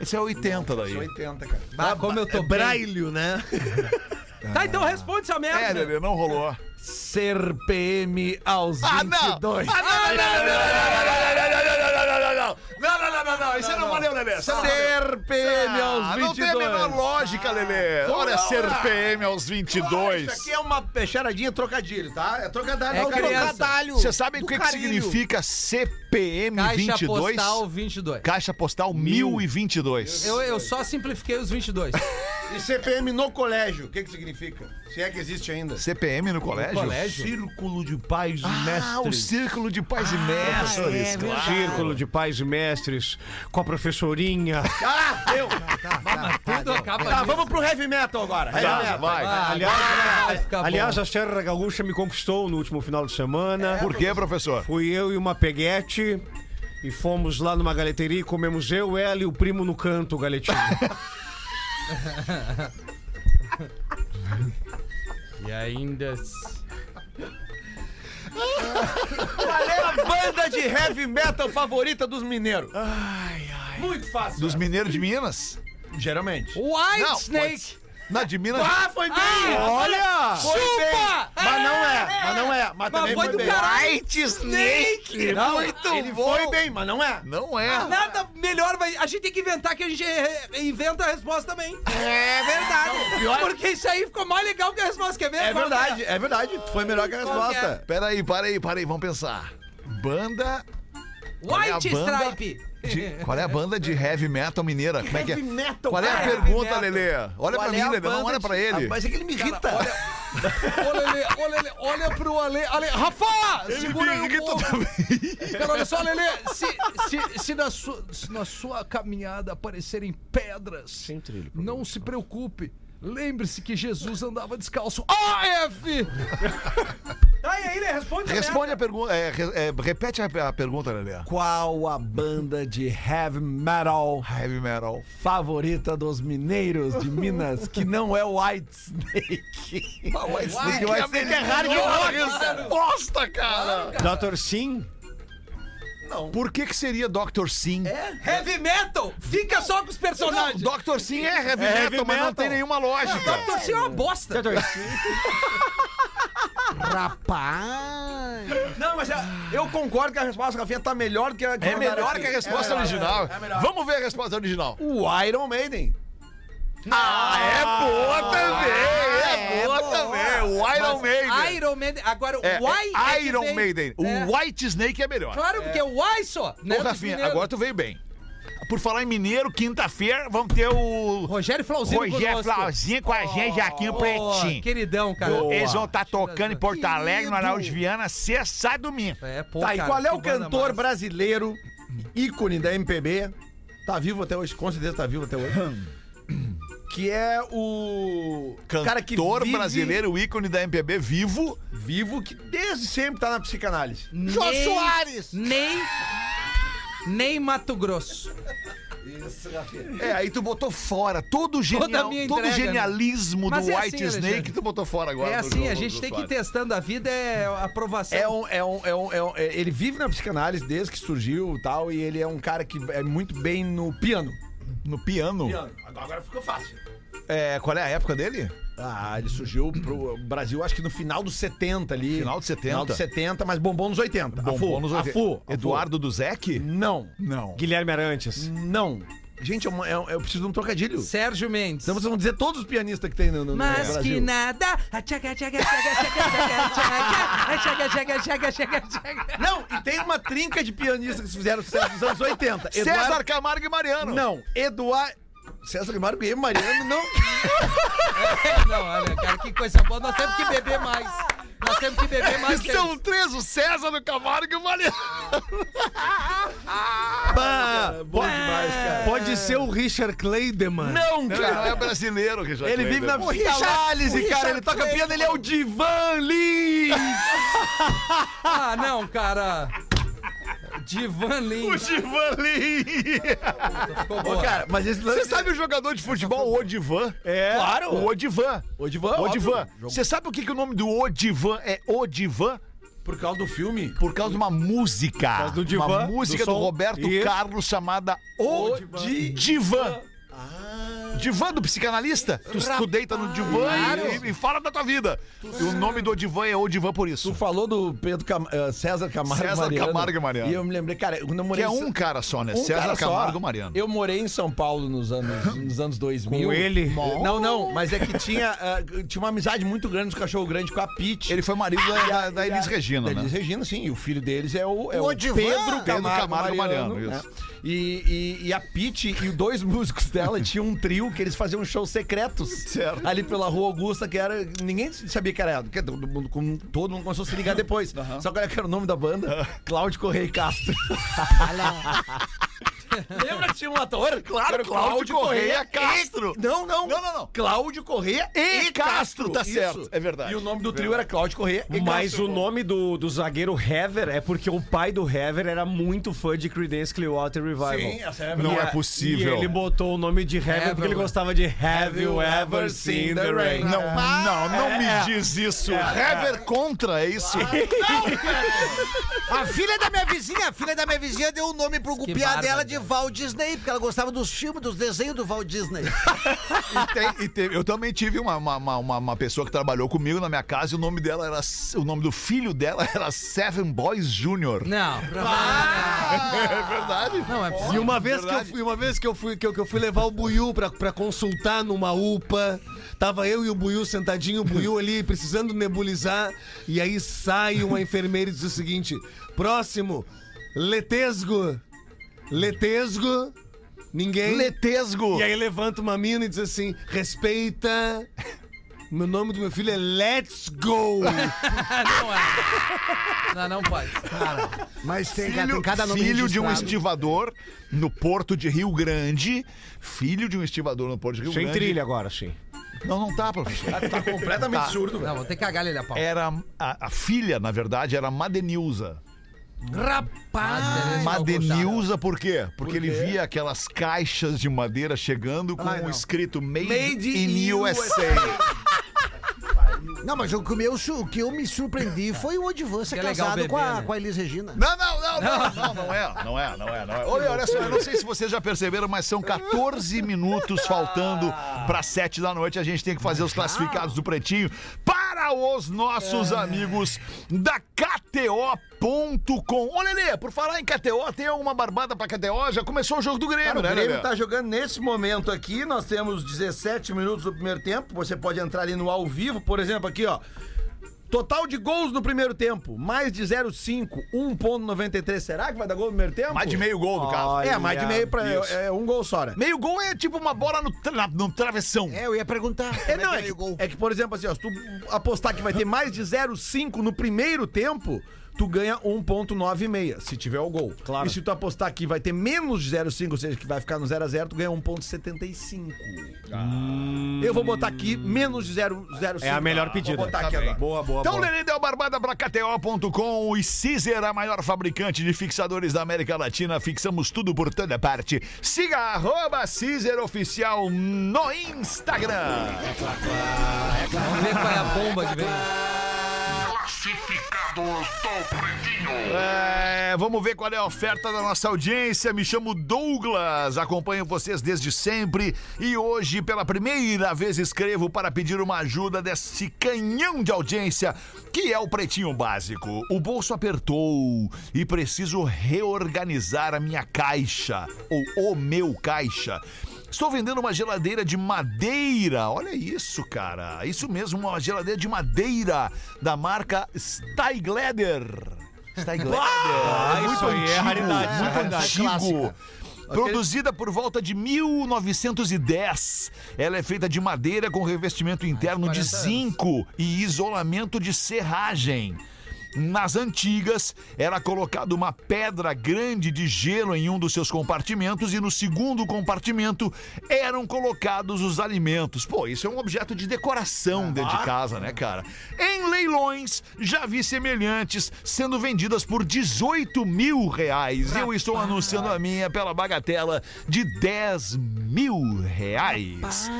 Speaker 3: Esse é 80 daí.
Speaker 7: 80, cara.
Speaker 4: Ah, como eu
Speaker 3: é
Speaker 4: tô bem.
Speaker 6: Brailho, né?
Speaker 4: Tá, então responde essa merda.
Speaker 3: É, Lelê, não rolou.
Speaker 7: Ser PM aos
Speaker 3: Ah, não! Ah, não, não, não, não, não, não, não, não, não, não, não, não, não, não, não, não, não, não, não, isso aí não valeu, Lelê. Isso aí não valeu.
Speaker 7: Ser PM
Speaker 3: Ah, Não tem a menor lógica, Lelê. Olha,
Speaker 7: Ah, não,
Speaker 3: ser
Speaker 7: ah.
Speaker 3: PM aos
Speaker 7: Isso
Speaker 3: 22.
Speaker 7: aqui é uma peixaradinha trocadilho, tá? É trocadilho.
Speaker 4: É
Speaker 7: não,
Speaker 4: criança.
Speaker 7: trocadalho.
Speaker 3: Você sabe o
Speaker 7: do
Speaker 3: que, que
Speaker 7: carinho.
Speaker 3: significa CPM
Speaker 4: Caixa
Speaker 3: 22?
Speaker 4: Postal 22.
Speaker 3: Caixa Postal 1022.
Speaker 4: Eu, eu só simplifiquei os 22.
Speaker 3: Ah,
Speaker 7: E CPM no colégio, o que que significa? Se é que existe ainda.
Speaker 3: CPM no colégio?
Speaker 6: Círculo de Pais
Speaker 3: Ah, o é Círculo de Pais
Speaker 7: Ah,
Speaker 3: e Mestres.
Speaker 7: é,
Speaker 3: claro.
Speaker 6: Círculo de Pais e Mestres, com a professorinha.
Speaker 7: Ah, deu.
Speaker 4: Tudo acaba
Speaker 7: Tá,
Speaker 4: nisso.
Speaker 7: vamos pro heavy metal agora. Heavy
Speaker 3: Tá,
Speaker 7: metal.
Speaker 3: vai.
Speaker 4: Ah,
Speaker 6: Aliás,
Speaker 4: agora vai ficar bom.
Speaker 6: Aliás, a Serra Gaúcha me conquistou no último final de semana.
Speaker 3: Por que, professor?
Speaker 6: Fui eu e uma peguete e fomos lá numa galeteria e comemos eu, ela e o primo no canto, o galetinho.
Speaker 4: E ainda...
Speaker 7: Qual é a banda de heavy metal favorita dos mineiros? Muito fácil.
Speaker 3: Dos mineiros de Minas?
Speaker 7: Geralmente.
Speaker 4: White
Speaker 3: Não,
Speaker 4: Snake.
Speaker 3: Na de Minas.
Speaker 7: Ah, foi bem!
Speaker 6: Olha!
Speaker 7: Foi bem!
Speaker 4: Chupa!
Speaker 7: Mas não é, mas não é. Mas, também
Speaker 4: foi
Speaker 7: foi
Speaker 4: do
Speaker 7: bem.
Speaker 4: caralho.
Speaker 3: White Snake!
Speaker 7: Não,
Speaker 3: Muito
Speaker 7: ele
Speaker 3: bom!
Speaker 7: foi bem, mas não é.
Speaker 3: Não é.
Speaker 4: Nada melhor vai. A gente tem que inventar que a gente re- inventa a resposta também. É verdade.
Speaker 7: pior-
Speaker 4: Porque isso aí ficou mais legal que a resposta. Quer ver?
Speaker 7: É
Speaker 4: Qual que
Speaker 7: verdade, é verdade. Foi melhor que a
Speaker 4: Qual que é?
Speaker 7: resposta.
Speaker 3: Peraí, peraí, peraí, vamos pensar. Banda. Qual é a
Speaker 4: White
Speaker 3: banda
Speaker 4: Stripe.
Speaker 3: de- qual é a banda de heavy metal mineira? Como é que é?
Speaker 7: metal,
Speaker 3: Qual é a
Speaker 4: cara, heavy
Speaker 3: pergunta,
Speaker 4: metal.
Speaker 3: Lelê? Olha pra
Speaker 7: Qual
Speaker 3: mim,
Speaker 7: é a
Speaker 3: Lelê, não
Speaker 7: banda
Speaker 3: olha pra
Speaker 7: de-
Speaker 3: ele.
Speaker 7: Ah, Mas é que ele me irrita.
Speaker 9: Olha, Lelê, olha, Lelê, olha pro Ale. Ale Rafa! segura aí um pouco. Cara, olha só, Lelê. Se, se, se na, sua, se na sua caminhada aparecerem pedras, não se preocupe. Lembre-se que Jesus andava descalço. AF!
Speaker 4: Ah, Tá, e aí, ele responde. a
Speaker 3: Responde a pergunta. é, re- é, repete a, a pergunta, Lelê.
Speaker 7: Qual a banda de heavy metal
Speaker 3: Heavy metal.
Speaker 7: favorita dos mineiros de Minas que não é o White Snake? White
Speaker 3: Snake vai ser errado resposta, cara.
Speaker 6: Dr. Sim?
Speaker 3: Por que que seria Dr. Sim?
Speaker 4: merda. Heavy metal! Fica só com os personagens.
Speaker 3: Dr. Sim é heavy,
Speaker 6: É
Speaker 3: metal,
Speaker 6: heavy
Speaker 3: mas não
Speaker 6: metal.
Speaker 3: tem nenhuma lógica.
Speaker 4: Dr. Sim é uma bosta.
Speaker 6: Dr. Sim.
Speaker 8: Rapaz!
Speaker 7: Não, mas é- eu concordo que a resposta, Rafinha, tá melhor que a que
Speaker 3: É
Speaker 7: mandaram
Speaker 3: melhor
Speaker 7: aqui.
Speaker 3: que a resposta
Speaker 7: É melhor,
Speaker 3: original.
Speaker 7: é melhor.
Speaker 3: Vamos ver a resposta original.
Speaker 7: O Iron Maiden.
Speaker 3: Ah, é boa também! É,
Speaker 8: é
Speaker 3: boa,
Speaker 8: boa.
Speaker 3: também! O Iron Maiden!
Speaker 4: Iron Maiden. Agora, o
Speaker 3: É,
Speaker 4: Why.
Speaker 3: é
Speaker 4: é que
Speaker 3: Iron
Speaker 4: vem-
Speaker 3: Maiden. O
Speaker 4: É.
Speaker 3: White Snake é melhor.
Speaker 4: Claro, porque é o Why só. né,
Speaker 3: Ô,
Speaker 4: dos
Speaker 3: Rafinha,
Speaker 4: mineiros.
Speaker 3: agora tu veio bem. Por falar em mineiro, quinta-feira vamos ter o
Speaker 4: Rogério Flauzino.
Speaker 3: Rogério
Speaker 4: conosco.
Speaker 3: Flauzinho com a gente aqui no
Speaker 4: Ô,
Speaker 3: Pretinho.
Speaker 4: Queridão, cara.
Speaker 3: Eles vão estar tocando em Porto
Speaker 4: Querido.
Speaker 3: Alegre, no Araújo Viana, sexta, sábado e domingo.
Speaker 4: É, pô,
Speaker 7: Tá, e
Speaker 4: cara,
Speaker 7: qual é
Speaker 4: que
Speaker 7: o
Speaker 4: banda
Speaker 7: cantor
Speaker 4: massa.
Speaker 7: brasileiro, ícone da MPB, tá vivo até hoje, com certeza tá vivo até hoje, que é o
Speaker 3: Cantor
Speaker 7: cara que vive-
Speaker 3: brasileiro, ícone da MPB vivo.
Speaker 7: vivo que desde sempre tá na psicanálise.
Speaker 8: Jô
Speaker 4: Nem-
Speaker 8: Soares.
Speaker 4: Nem. Nem Mato Grosso.
Speaker 3: É, aí tu botou fora todo o genial,
Speaker 4: minha
Speaker 3: todo o
Speaker 4: entrega,
Speaker 3: genialismo
Speaker 4: né? Mas
Speaker 3: do
Speaker 4: é assim,
Speaker 3: White Snake
Speaker 4: Alexandre.
Speaker 3: tu botou fora agora.
Speaker 4: É
Speaker 3: do
Speaker 4: assim,
Speaker 3: Jô-
Speaker 4: a
Speaker 3: do
Speaker 4: gente
Speaker 3: Jô
Speaker 4: tem que ir
Speaker 3: Soares.
Speaker 4: testando. A vida é aprovação.
Speaker 7: É um, é um, é um, é um- é- ele vive na psicanálise desde que surgiu e tal, e ele é um cara que é muito bem no piano.
Speaker 3: No piano.
Speaker 7: Agora ficou fácil.
Speaker 3: É, qual é a época dele?
Speaker 7: Ah, ele surgiu pro Brasil, acho que no final dos 70 ali.
Speaker 3: Final de 70.
Speaker 7: Final dos 70, mas bombou nos 80.
Speaker 3: Bombou nos oitenta.
Speaker 7: Afu. Afu.
Speaker 3: Eduardo Duzek?
Speaker 4: Hum.
Speaker 7: Não.
Speaker 3: Não.
Speaker 6: Guilherme Arantes.
Speaker 7: Não. Gente, é uma- é- eu, preciso de um trocadilho.
Speaker 4: Sérgio Mendes.
Speaker 7: Então vocês vão dizer todos os pianistas que tem no, no, no
Speaker 4: Mas
Speaker 7: Brasil.
Speaker 4: que nada. a tchaca, tchaca, tchaca, tchaca, tchaca, tchaca, a tchaca, tchaca, tchaca, tchaca, tchaca.
Speaker 7: Não, e tem uma trinca de pianistas que fizeram sucesso nos anos 80.
Speaker 3: César Camargo e Mariano.
Speaker 7: Não, Eduardo. César Camargo e Mariano não.
Speaker 4: Não, olha, cara, que coisa boa. Nós temos que beber mais. Nós temos que é- beber mais.
Speaker 3: São três, o César, o Camargo e o Mariano.
Speaker 6: Bah,
Speaker 7: Bom demais, cara.
Speaker 6: pode ser o Richard Clayderman.
Speaker 7: Não,
Speaker 3: É. Não,
Speaker 7: cara.
Speaker 3: é brasileiro, Richard
Speaker 7: Ele
Speaker 4: né?
Speaker 7: vive na
Speaker 3: Clayderman.
Speaker 7: psicanálise, cara. Ele toca piano, ele é o Divan Lee.
Speaker 4: Ah, não, cara. Divan Lins.
Speaker 3: Divan Lee.
Speaker 4: Ficou
Speaker 7: Ô,
Speaker 4: boa.
Speaker 7: cara, mas esse lance. é-
Speaker 3: Você sabe o jogador de futebol, Odivan?
Speaker 6: É.
Speaker 3: Claro. O Odivan.
Speaker 7: Odivan,
Speaker 3: Odivan.
Speaker 7: óbvio.
Speaker 3: Você sabe o que, que o nome do Odivan é Odivan?
Speaker 7: Por causa do filme.
Speaker 3: Por causa de uma música.
Speaker 6: causa do divã,
Speaker 3: uma música do,
Speaker 6: do som.
Speaker 3: Roberto
Speaker 6: Isso.
Speaker 3: Carlos chamada O, Di- Divan.
Speaker 7: Ah.
Speaker 3: Divã do psicanalista? Tu, tu deita no divã e- e, e fala da tua vida. E o nome do Odivan é Odivan por
Speaker 7: Tu
Speaker 3: isso.
Speaker 7: falou do Pedro Cam... eh, César Camargo
Speaker 3: César
Speaker 7: Mariano.
Speaker 3: Camargo e Mariano.
Speaker 7: E eu me lembrei, cara, quando eu
Speaker 3: Que
Speaker 7: morei
Speaker 3: é
Speaker 7: em Sa-
Speaker 3: um cara só, né?
Speaker 7: um
Speaker 3: César
Speaker 7: cara só.
Speaker 3: Camargo Mariano.
Speaker 7: Eu morei em São Paulo nos anos, nos anos 2000.
Speaker 6: Com ele?
Speaker 7: Não, não, mas é que tinha, eh, tinha uma amizade muito grande dos cachorro grande com a Pete.
Speaker 3: Ele foi marido da, da, da Elis Regina,
Speaker 7: Da
Speaker 3: né?
Speaker 7: Elis Regina, sim. E o filho deles é o, é
Speaker 8: O
Speaker 7: o
Speaker 8: Odivan.
Speaker 7: Pedro,
Speaker 8: Pedro
Speaker 7: Camargo,
Speaker 3: Camargo Mariano,
Speaker 7: Mariano. né?
Speaker 3: isso.
Speaker 7: E, e- e a Pete e os dois músicos dela tinham um trio que eles faziam shows secretos
Speaker 3: Certo.
Speaker 7: ali pela Rua Augusta, que era. Ninguém sabia que era ela. porque Todo mundo, com- todo mundo começou a se ligar depois. Só que olha que era o nome da banda: Cláudio Correia Castro. Lembra que tinha um ator? Claro,
Speaker 3: Era o Cláudio Correia Castro.
Speaker 7: e- Não, não.
Speaker 3: Não, não, não.
Speaker 7: Cláudio Correia e,
Speaker 3: E Castro,
Speaker 7: Castro.
Speaker 3: tá
Speaker 7: Isso.
Speaker 3: certo, é verdade.
Speaker 7: E o nome do trio era Cláudio Correia e
Speaker 6: Mas
Speaker 7: Castro.
Speaker 6: o nome do, do zagueiro Hever é porque o pai do Hever era muito fã de Creedence Clearwater Revival.
Speaker 7: Sim, essa é a
Speaker 3: Não
Speaker 6: E
Speaker 3: é
Speaker 6: a-
Speaker 3: possível.
Speaker 6: E ele botou o nome de Hever porque ele
Speaker 4: Hever.
Speaker 6: gostava de Have You Ever Seen the Rain?
Speaker 3: Não, não, não me
Speaker 6: É.
Speaker 3: diz isso. Hever contra, é isso?
Speaker 8: A filha da minha vizinha, a filha da minha vizinha deu o nome pro gupiá
Speaker 4: bárbaro,
Speaker 8: dela de
Speaker 4: cara.
Speaker 8: Walt Disney, porque ela gostava dos filmes, dos desenhos do Walt Disney.
Speaker 3: E tem- e teve- eu também tive uma, uma, uma- uma- uma pessoa que trabalhou comigo na minha casa e o nome dela era. O nome do filho dela era Seven Boys Jr.
Speaker 4: Não,
Speaker 3: É verdade.
Speaker 4: não é possível.
Speaker 6: E uma vez que eu
Speaker 3: Verdade.
Speaker 6: fui, uma vez que eu fui, que eu, que eu fui levar o Buiu pra, pra consultar numa UPA, tava eu e o Buiu sentadinho, o Buiu ali precisando nebulizar, e aí sai uma enfermeira e diz o seguinte: próximo, letesgo, letesgo, ninguém.
Speaker 3: Letesgo.
Speaker 6: E aí levanta uma mina e diz assim: respeita. Meu nome do meu filho é Let's Go.
Speaker 4: Não é. Não, não pode.
Speaker 10: Mas tem, cara,
Speaker 3: Filho,
Speaker 10: tem cada nome
Speaker 3: filho de um
Speaker 10: registrado.
Speaker 3: estivador no Porto de Rio Grande. Filho de um estivador no Porto de Rio
Speaker 6: Sem
Speaker 3: Grande.
Speaker 6: trilha agora, sim.
Speaker 3: Não, não tá, professor.
Speaker 7: Tá completamente surdo, velho.
Speaker 4: Não, vou ter que cagar ele a pau.
Speaker 3: Era a, a filha, na verdade, era Madenilza.
Speaker 4: Rapaz!
Speaker 3: Madenilza, por quê? Porque ele via aquelas caixas de madeira chegando com
Speaker 7: Ai,
Speaker 3: um
Speaker 7: não.
Speaker 3: escrito Made,
Speaker 7: Made
Speaker 3: in
Speaker 7: in
Speaker 3: USA.
Speaker 8: Não, mas o que, meu, su- o que eu me surpreendi foi o Odivan ser
Speaker 4: Que é legal
Speaker 8: casado
Speaker 4: beber,
Speaker 8: com, a,
Speaker 4: né?
Speaker 8: com a Elis Regina.
Speaker 3: Não, não, não, não, não, não é, não é, não é, não é. Olha, olha só, eu não sei se vocês já perceberam, mas são 14 minutos faltando para 7 da noite. A gente tem que fazer os classificados do Pretinho para os
Speaker 7: É.
Speaker 3: nossos amigos da KTO.com. Ô, Lelê, por falar em KTO, tem alguma barbada pra KTO? Já começou o jogo do Grêmio,
Speaker 7: Cara, o
Speaker 3: né,
Speaker 7: Grêmio
Speaker 3: Lelê?
Speaker 7: tá jogando nesse momento aqui. Nós temos 17 minutos do primeiro tempo. Você pode entrar ali no ao vivo, por exemplo, aqui, ó. Total de gols no primeiro tempo, mais de 0,5, 1,93. Será que vai dar gol no primeiro tempo?
Speaker 3: Mais de meio gol, no caso.
Speaker 7: É, mais de meio pra.
Speaker 3: Isso.
Speaker 7: É, é um gol só, né?
Speaker 3: Meio gol é tipo uma bola no, tra- no travessão.
Speaker 8: É, eu ia perguntar.
Speaker 7: É,
Speaker 8: como
Speaker 7: não, é,
Speaker 8: que
Speaker 7: que,
Speaker 8: é o gol?
Speaker 7: é que, por exemplo, assim, ó, se tu apostar que vai ter mais de 0,5 no primeiro tempo, tu ganha 1.96, se tiver o gol. Claro. E se tu apostar que vai ter menos de 0,5, ou seja, que vai ficar no 0 a 0, tu ganha 1.75. Eu vou botar aqui menos de 0,05.
Speaker 6: Hum. É a melhor pedida.
Speaker 7: Vou botar aqui
Speaker 6: Tá bem.
Speaker 7: agora.
Speaker 6: Boa, boa,
Speaker 3: Então,
Speaker 6: boa.
Speaker 3: Lelê deu barbada pra KTO.com e Cizer, a maior fabricante de fixadores da América Latina. Fixamos tudo por toda parte. Siga arroba Cizer Oficial no Instagram.
Speaker 4: Vamos ver qual é a bomba que vem.
Speaker 3: É, vamos ver qual é a oferta da nossa audiência. Me chamo Douglas, acompanho vocês desde sempre e hoje, pela primeira vez, escrevo para pedir uma ajuda desse canhão de audiência que é o Pretinho Básico. O bolso apertou e preciso reorganizar a minha caixa, ou o meu caixa. Estou vendendo uma geladeira de madeira. Olha isso, cara. Isso mesmo, uma geladeira de madeira da marca Steigleder. Steigleder.
Speaker 6: Ah, isso aí é raridade, isso é
Speaker 3: Muito
Speaker 6: raridade.
Speaker 3: antigo. Produzida por volta de 1910. Ela é feita de madeira com revestimento interno de zinco e isolamento de serragem. Nas antigas, era colocada uma pedra grande de gelo em um dos seus compartimentos e no segundo compartimento eram colocados os alimentos. Pô, isso é um objeto de decoração dentro de casa, né, cara? Em leilões, já vi semelhantes sendo vendidas por 18 mil reais. Eu estou anunciando a minha pela bagatela de 10 mil reais.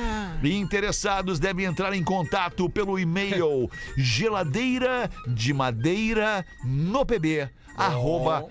Speaker 3: E interessados devem entrar em contato pelo e-mail geladeira de madeira no pb arroba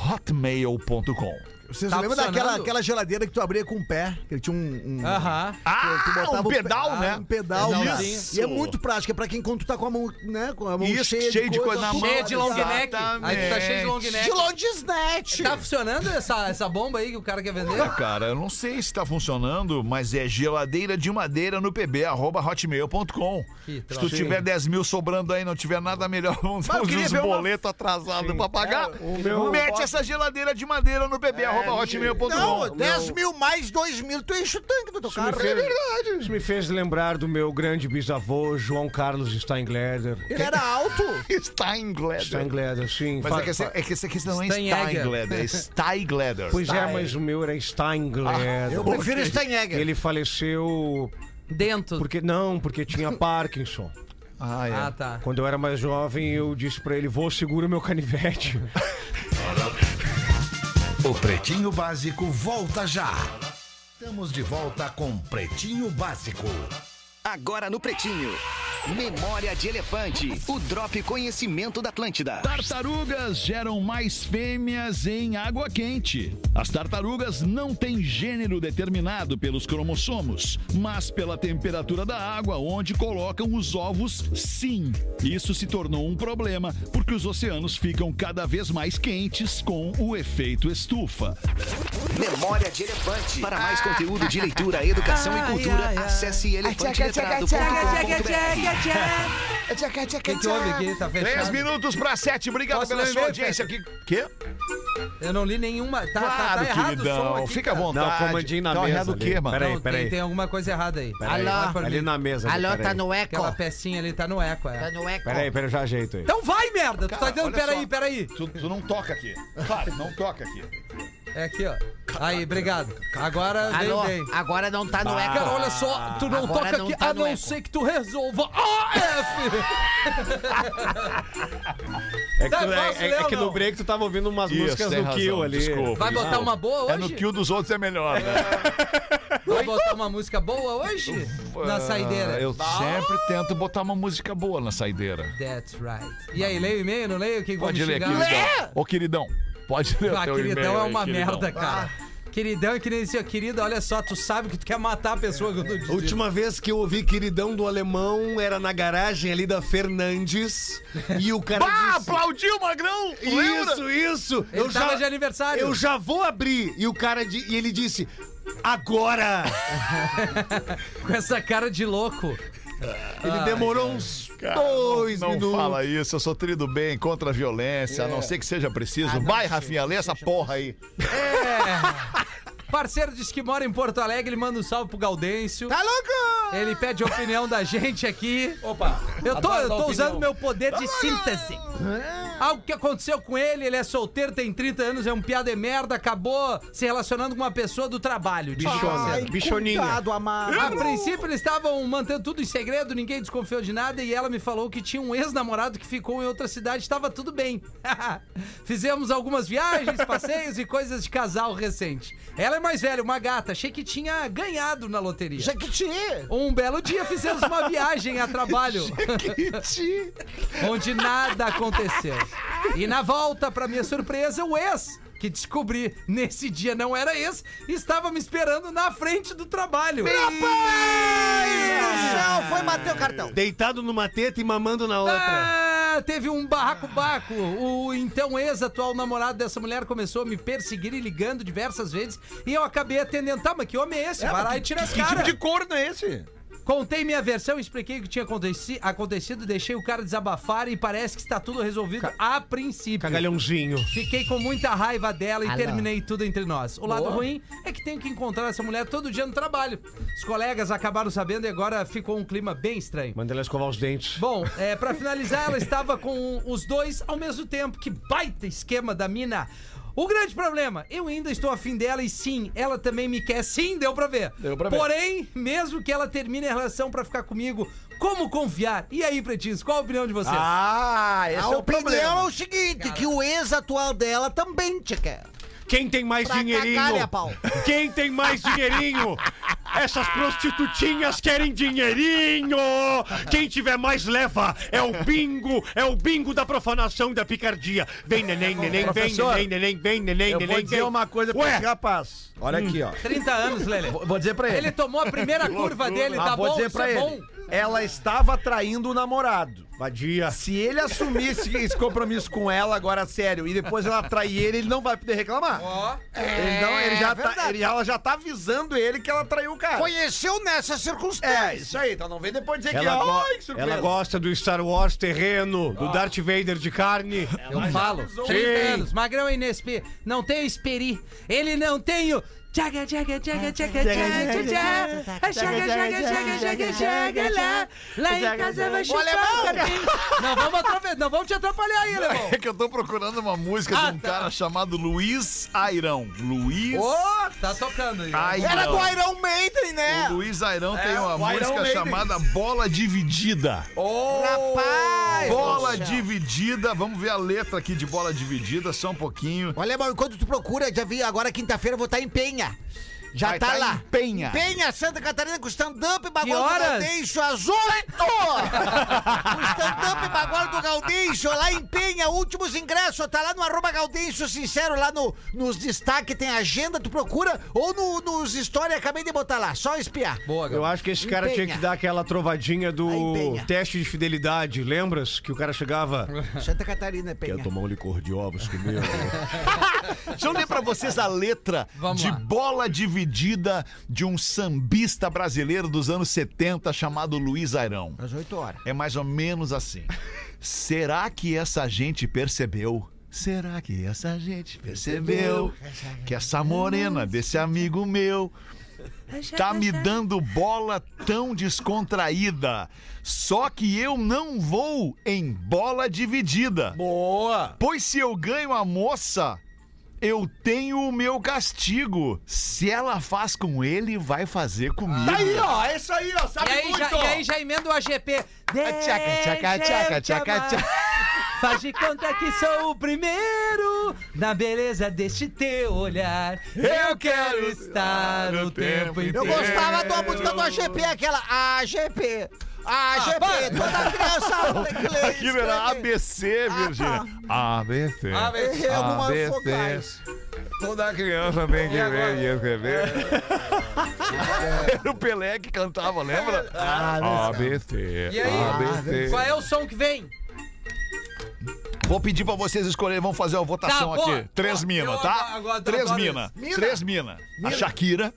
Speaker 3: hotmail.com.
Speaker 8: é,
Speaker 10: Vocês
Speaker 4: Tá
Speaker 10: lembram
Speaker 4: funcionando?
Speaker 10: daquela aquela geladeira que tu abria com o pé? Que ele tinha um. um-
Speaker 4: Aham.
Speaker 3: Ah,
Speaker 10: tu botava
Speaker 3: um
Speaker 10: o pé-
Speaker 3: pedal,
Speaker 10: ah,
Speaker 3: né?
Speaker 10: Um pedal, cara.
Speaker 3: Isso.
Speaker 10: E é muito prático, é pra quem quando tu tá com a mão, né? Com a mão
Speaker 3: Isso,
Speaker 10: cheia,
Speaker 3: cheio de coisa na mão.
Speaker 4: Cheia de long neck. Aí tu tá cheio de long
Speaker 10: De
Speaker 4: neck.
Speaker 10: long snatch.
Speaker 4: Tá funcionando essa, essa bomba aí que o cara quer vender?
Speaker 3: Ah, cara, eu não sei se tá funcionando, mas é geladeira de madeira no pb, arroba hotmail.com.
Speaker 4: Que
Speaker 3: Se
Speaker 4: troço.
Speaker 3: tu tiver 10 mil sobrando aí e não tiver nada melhor, vamos
Speaker 7: Mas eu
Speaker 3: fazer
Speaker 7: queria
Speaker 3: uns
Speaker 7: ver uma-
Speaker 3: boletos atrasados pra pagar.
Speaker 7: meu-
Speaker 3: Mete essa geladeira de madeira no pb, arroba
Speaker 8: Não,
Speaker 3: hotmail.com.
Speaker 8: 10 mil mais 2 mil, tu enche o tanque do teu
Speaker 6: Isso me,
Speaker 8: carro. é
Speaker 6: fez, isso me fez lembrar do meu grande bisavô, João Carlos Steingleder.
Speaker 8: Ele era alto.
Speaker 3: Está em inglês.
Speaker 6: Steingleder, sim.
Speaker 3: Mas
Speaker 6: Fa-
Speaker 3: é que, esse, é que esse aqui não é
Speaker 4: Steinegger.
Speaker 3: Steingleder, é Steingleder.
Speaker 6: Pois é, mas o meu era Steingleder.
Speaker 8: Eu prefiro Steinegger.
Speaker 6: Ele faleceu
Speaker 4: Dentro.
Speaker 6: porque não, porque tinha Parkinson.
Speaker 3: Ah, é.
Speaker 4: Ah, tá.
Speaker 6: Quando eu era mais jovem, eu disse pra ele: "Vou segura meu canivete".
Speaker 5: O Pretinho Básico volta já. Estamos de volta com Pretinho Básico.
Speaker 12: Agora no Pretinho. Memória de Elefante. O Drop Conhecimento da Atlântida.
Speaker 3: Tartarugas geram mais fêmeas em água quente. As tartarugas não têm gênero determinado pelos cromossomos, mas pela temperatura da água onde colocam os ovos, sim. Isso se tornou um problema porque os oceanos ficam cada vez mais quentes com o efeito estufa.
Speaker 12: Memória de Elefante. Para mais conteúdo de leitura, educação e cultura, acesse
Speaker 4: O que, que
Speaker 12: elefanteletrado.com.br.
Speaker 4: houve aqui? Tá fechado?
Speaker 3: minutos para sete. Obrigado
Speaker 4: Posso ler o e-mail,
Speaker 3: aqui. Que?
Speaker 4: Eu não li nenhuma. Tá, tá- tá,
Speaker 3: Claro,
Speaker 4: errado o som
Speaker 3: queridão.
Speaker 4: aqui,
Speaker 3: Fica à
Speaker 4: cara.
Speaker 3: vontade.
Speaker 6: Não, comandinho na
Speaker 3: tá
Speaker 6: mesa
Speaker 3: errado o
Speaker 6: ali.
Speaker 3: quê, mano?
Speaker 6: Peraí,
Speaker 4: Não, tem,
Speaker 6: peraí.
Speaker 4: tem alguma coisa errada aí.
Speaker 6: Peraí,
Speaker 4: Vai por
Speaker 6: ali
Speaker 4: mim.
Speaker 6: na mesa. ali,
Speaker 8: Alô,
Speaker 6: peraí.
Speaker 8: tá no eco.
Speaker 4: Aquela pecinha ali tá no eco, é.
Speaker 8: Tá no eco.
Speaker 6: Peraí, peraí, eu já ajeito aí.
Speaker 4: Então vai, merda! tu tá
Speaker 3: Cara,
Speaker 4: dizendo,
Speaker 3: olha
Speaker 4: peraí,
Speaker 3: só.
Speaker 4: peraí.
Speaker 3: Tu, tu não toca aqui. Claro, não toca aqui.
Speaker 4: É aqui, ó. Aí, obrigado. Agora
Speaker 8: Alô,
Speaker 4: vem, vem.
Speaker 8: agora não tá no eco.
Speaker 4: Cara, olha só, tu não
Speaker 8: Agora
Speaker 4: toca
Speaker 8: não
Speaker 4: aqui,
Speaker 8: tá
Speaker 4: a
Speaker 8: no
Speaker 4: não
Speaker 8: eco.
Speaker 4: ser que tu resolva. AF!
Speaker 6: É que,
Speaker 4: Tá,
Speaker 6: tu- é-
Speaker 4: posso
Speaker 6: é-
Speaker 4: ler
Speaker 6: é
Speaker 4: ou
Speaker 6: que
Speaker 4: não?
Speaker 6: no break tu tava ouvindo umas
Speaker 3: Isso,
Speaker 6: músicas
Speaker 3: tem
Speaker 6: do
Speaker 3: razão,
Speaker 6: Kill ali.
Speaker 3: desculpa.
Speaker 4: Vai botar uma boa
Speaker 3: É no
Speaker 4: hoje?
Speaker 3: que o dos outros é melhor, né?
Speaker 4: Vai botar uma música boa hoje? Na saideira. Tá.
Speaker 3: Ah, Eu sempre tento botar uma música boa na saideira.
Speaker 4: That's right. E aí, leio o e-mail, não leio? O que que
Speaker 3: Pode
Speaker 4: vão me
Speaker 3: ler,
Speaker 4: xingar?
Speaker 3: queridão. Ô, queridão, pode ler o
Speaker 4: Ah,
Speaker 3: teu
Speaker 4: queridão
Speaker 3: e-mail
Speaker 4: é
Speaker 3: aí,
Speaker 4: uma
Speaker 3: queridão. Ah.
Speaker 4: merda, cara. Queridão é que nem assim, ó, querida, olha só, tu sabe que tu quer matar a pessoa que eu tô
Speaker 6: A
Speaker 4: dizendo.
Speaker 6: Última vez que eu ouvi queridão do alemão era na garagem ali da Fernandes e o cara
Speaker 3: Ah,
Speaker 6: disse,
Speaker 3: aplaudiu o Magrão!
Speaker 7: né?
Speaker 3: Lembra?
Speaker 6: Isso, isso.
Speaker 4: Ele tava de aniversário.
Speaker 6: Eu já vou abrir e o cara di- e ele disse agora.
Speaker 4: Com essa cara de louco.
Speaker 6: Ele demorou uns
Speaker 3: Cara,
Speaker 6: dois
Speaker 3: não, não
Speaker 6: minutos.
Speaker 3: fala isso, eu sou trido bem, contra a violência, a não ser que seja preciso. Vai, Rafinha, lê essa porra aí.
Speaker 4: Parceiro diz que mora em Porto Alegre, ele manda um salve pro Gaudêncio.
Speaker 8: Tá louco?
Speaker 4: Ele pede a opinião da gente aqui.
Speaker 6: Opa.
Speaker 4: Eu tô,
Speaker 6: adoro
Speaker 4: eu
Speaker 6: dar
Speaker 4: tô usando
Speaker 6: opinião.
Speaker 4: meu poder de síntese.
Speaker 8: É.
Speaker 4: Algo que aconteceu com ele, ele é solteiro, tem 30 anos, é um piada de merda, acabou se relacionando com uma pessoa do trabalho. de
Speaker 6: Bichona,
Speaker 4: parceiro.
Speaker 6: bichoninha.
Speaker 10: Coitado, amado.
Speaker 4: A princípio eles estavam mantendo tudo em segredo, ninguém desconfiou de nada e ela me falou que tinha um ex-namorado que ficou em outra cidade, estava tudo bem. Fizemos algumas viagens, passeios e coisas de casal recente. Ela é mais velha, uma gata, achei que tinha ganhado na loteria.
Speaker 8: Jequiti!
Speaker 4: Um belo dia fizemos uma viagem a trabalho. Jequiti! onde nada aconteceu. E na volta, pra minha surpresa, o ex, que descobri nesse dia não era ex, estava me esperando na frente do trabalho. Ah.
Speaker 8: Rapaz do céu, foi bater o cartão.
Speaker 6: Deitado numa teta e mamando na outra.
Speaker 4: Ah, teve um barraco-baco. O então ex-atual namorado dessa mulher começou a me perseguir e ligando diversas vezes. E eu acabei atendendo. Tá, mas que homem é esse? Vai lá e tira as
Speaker 7: Que tipo
Speaker 4: caras.
Speaker 7: de corno é esse?
Speaker 4: Contei minha versão, expliquei o que tinha aconteci- acontecido, deixei o cara desabafar e parece que está tudo resolvido a princípio.
Speaker 6: Cagalhãozinho.
Speaker 4: Fiquei com muita raiva dela e
Speaker 6: Ah, não.
Speaker 4: terminei tudo entre nós. O lado
Speaker 6: Boa.
Speaker 4: ruim é que tenho que encontrar essa mulher todo dia no trabalho. Os colegas acabaram sabendo e agora ficou um clima bem estranho.
Speaker 6: Manda ela escovar os dentes.
Speaker 4: Bom, é, para finalizar, ela estava com os dois ao mesmo tempo. Que baita esquema da mina. O grande problema, eu ainda estou afim dela e sim, ela também me quer. Sim, deu pra ver. Deu
Speaker 7: pra ver.
Speaker 4: Porém, mesmo que ela termine a relação pra ficar comigo, como confiar? E aí, Pretinhos, qual a opinião de vocês?
Speaker 7: Ah,
Speaker 8: A opinião é o seguinte, que o ex atual dela também te quer.
Speaker 6: Quem tem mais
Speaker 8: Pra
Speaker 6: dinheirinho?
Speaker 8: cagar, né, pau?
Speaker 6: Quem tem mais dinheirinho? Essas prostitutinhas querem dinheirinho! Quem tiver mais leva! É o bingo! É o bingo da profanação e da picardia! Vem, neném, neném, vem,
Speaker 7: Professor,
Speaker 6: neném, neném, vem, neném,
Speaker 7: Eu
Speaker 6: neném,
Speaker 7: vou dizer
Speaker 6: vem.
Speaker 7: uma coisa pra
Speaker 6: Ué,
Speaker 7: esse rapaz. Olha aqui, ó.
Speaker 4: 30 anos, Lele.
Speaker 7: Vou- Vou dizer pra ele.
Speaker 4: Ele tomou a primeira curva dele,
Speaker 7: Ah,
Speaker 4: tá
Speaker 7: vou
Speaker 4: bom?
Speaker 7: dizer
Speaker 4: Isso
Speaker 7: pra
Speaker 4: é
Speaker 7: ele.
Speaker 4: bom.
Speaker 7: Ela estava traindo o namorado.
Speaker 6: vadia.
Speaker 7: Se ele assumisse esse compromisso com ela agora sério e depois ela trair ele, ele não vai poder reclamar.
Speaker 4: Ó, É
Speaker 7: ele não, ele já tá,
Speaker 8: verdade.
Speaker 7: ele- ela já tá avisando ele que ela traiu o cara.
Speaker 8: Conheceu nessa
Speaker 7: É,
Speaker 8: circunstância.
Speaker 7: isso aí. Então não vem depois dizer
Speaker 6: Ela,
Speaker 7: que
Speaker 6: go-
Speaker 7: Ai, que surpresa.
Speaker 6: ela gosta do Star Wars terreno, do Darth Vader de carne.
Speaker 4: eu falo. 30 anos, magrão é Inesp. Não tenho esperi. Ele não tem o... Tchaga, tchaga, tchaga, tchaga, tchaga, tchaga, tchaga, tchaga, tchaga, tchaga, tchaga, lá. Lá em casa vai chupar o carpinho. Não vamos atrapalhar, não vamos te atrapalhar aí, Levão.
Speaker 3: É que eu tô procurando uma música
Speaker 4: Ah,
Speaker 3: de um cara chamado Luiz Airão. Luiz
Speaker 4: tá. Ô, tá tocando aí. ó.
Speaker 3: Airão.
Speaker 8: Era do Iron Maiden, né?
Speaker 3: O Luiz Airão tem
Speaker 7: É,
Speaker 3: uma
Speaker 7: o Airão
Speaker 3: música
Speaker 7: Maiden.
Speaker 3: chamada Bola Dividida.
Speaker 8: Rapaz!
Speaker 3: Bola
Speaker 8: do céu.
Speaker 3: Dividida. Vamos ver a letra aqui de Bola Dividida, só um pouquinho.
Speaker 8: Olha, irmão, enquanto tu procura, já vi agora quinta-feira eu vou estar em Penha. Já
Speaker 3: Vai
Speaker 8: tá,
Speaker 3: tá
Speaker 8: lá.
Speaker 3: em Penha.
Speaker 8: Penha, Santa Catarina, com stand-up e bagulho do
Speaker 4: horas?
Speaker 8: Gaudêncio às oito! com stand-up e bagulho do Gaudêncio lá em Penha, últimos ingressos, tá lá no arroba Gaudêncio Sincero, lá no, nos destaques tem agenda, tu procura, ou no, nos stories, acabei de botar lá, só espiar.
Speaker 4: Boa,
Speaker 6: Eu acho que esse cara
Speaker 8: Empenha.
Speaker 6: tinha que dar aquela trovadinha
Speaker 8: Aí,
Speaker 6: do
Speaker 8: empenha.
Speaker 6: teste de fidelidade, lembras? Que o cara chegava.
Speaker 8: Santa Catarina, é Penha.
Speaker 6: tomar um licor de ovos comigo.
Speaker 3: Deixa eu ler pra vocês a letra
Speaker 4: Vamos
Speaker 3: de
Speaker 4: lá.
Speaker 3: Bola Dividida de um sambista brasileiro dos anos 70 chamado Luiz Airão.
Speaker 8: Às oito horas.
Speaker 3: É mais ou menos assim. Será que essa gente percebeu? Será que essa gente percebeu que essa morena desse amigo meu tá me dando bola tão descontraída? Só que eu não vou em bola dividida.
Speaker 7: Boa.
Speaker 3: Pois se eu ganho a moça, eu tenho o meu castigo. Se ela faz com ele, vai fazer comigo.
Speaker 7: Tá aí, ó. É isso aí, ó. Sabe
Speaker 4: E aí,
Speaker 7: muito.
Speaker 4: já, e aí já emenda o AGP. Ah,
Speaker 3: tchaca, tchaca, tchaca, tchaca,
Speaker 4: Deixa eu te amar. Faz de conta que sou o primeiro na beleza deste teu olhar. Eu quero estar o tempo inteiro.
Speaker 8: Eu
Speaker 3: É.
Speaker 8: gostava da música do AGP, aquela AGP. AGP, toda criança tem que ler.
Speaker 3: Aquilo era
Speaker 8: escrever. Ah,
Speaker 3: ABC,
Speaker 8: tá.
Speaker 3: Virgínia. ABC.
Speaker 8: Errei algumas focais.
Speaker 3: Toda criança tem que ver e escrever. Era o Pelé que cantava, lembra? ABC.
Speaker 4: E aí, qual é o som que vem?
Speaker 3: Vou pedir pra vocês escolherem, vamos fazer uma votação
Speaker 4: Tá, boa,
Speaker 3: aqui. Três
Speaker 4: boa.
Speaker 3: minas,
Speaker 4: Eu
Speaker 3: tá?
Speaker 4: agora- agora
Speaker 3: Três
Speaker 4: adoro
Speaker 3: minas.
Speaker 4: isso.
Speaker 3: Três minas. A Shakira.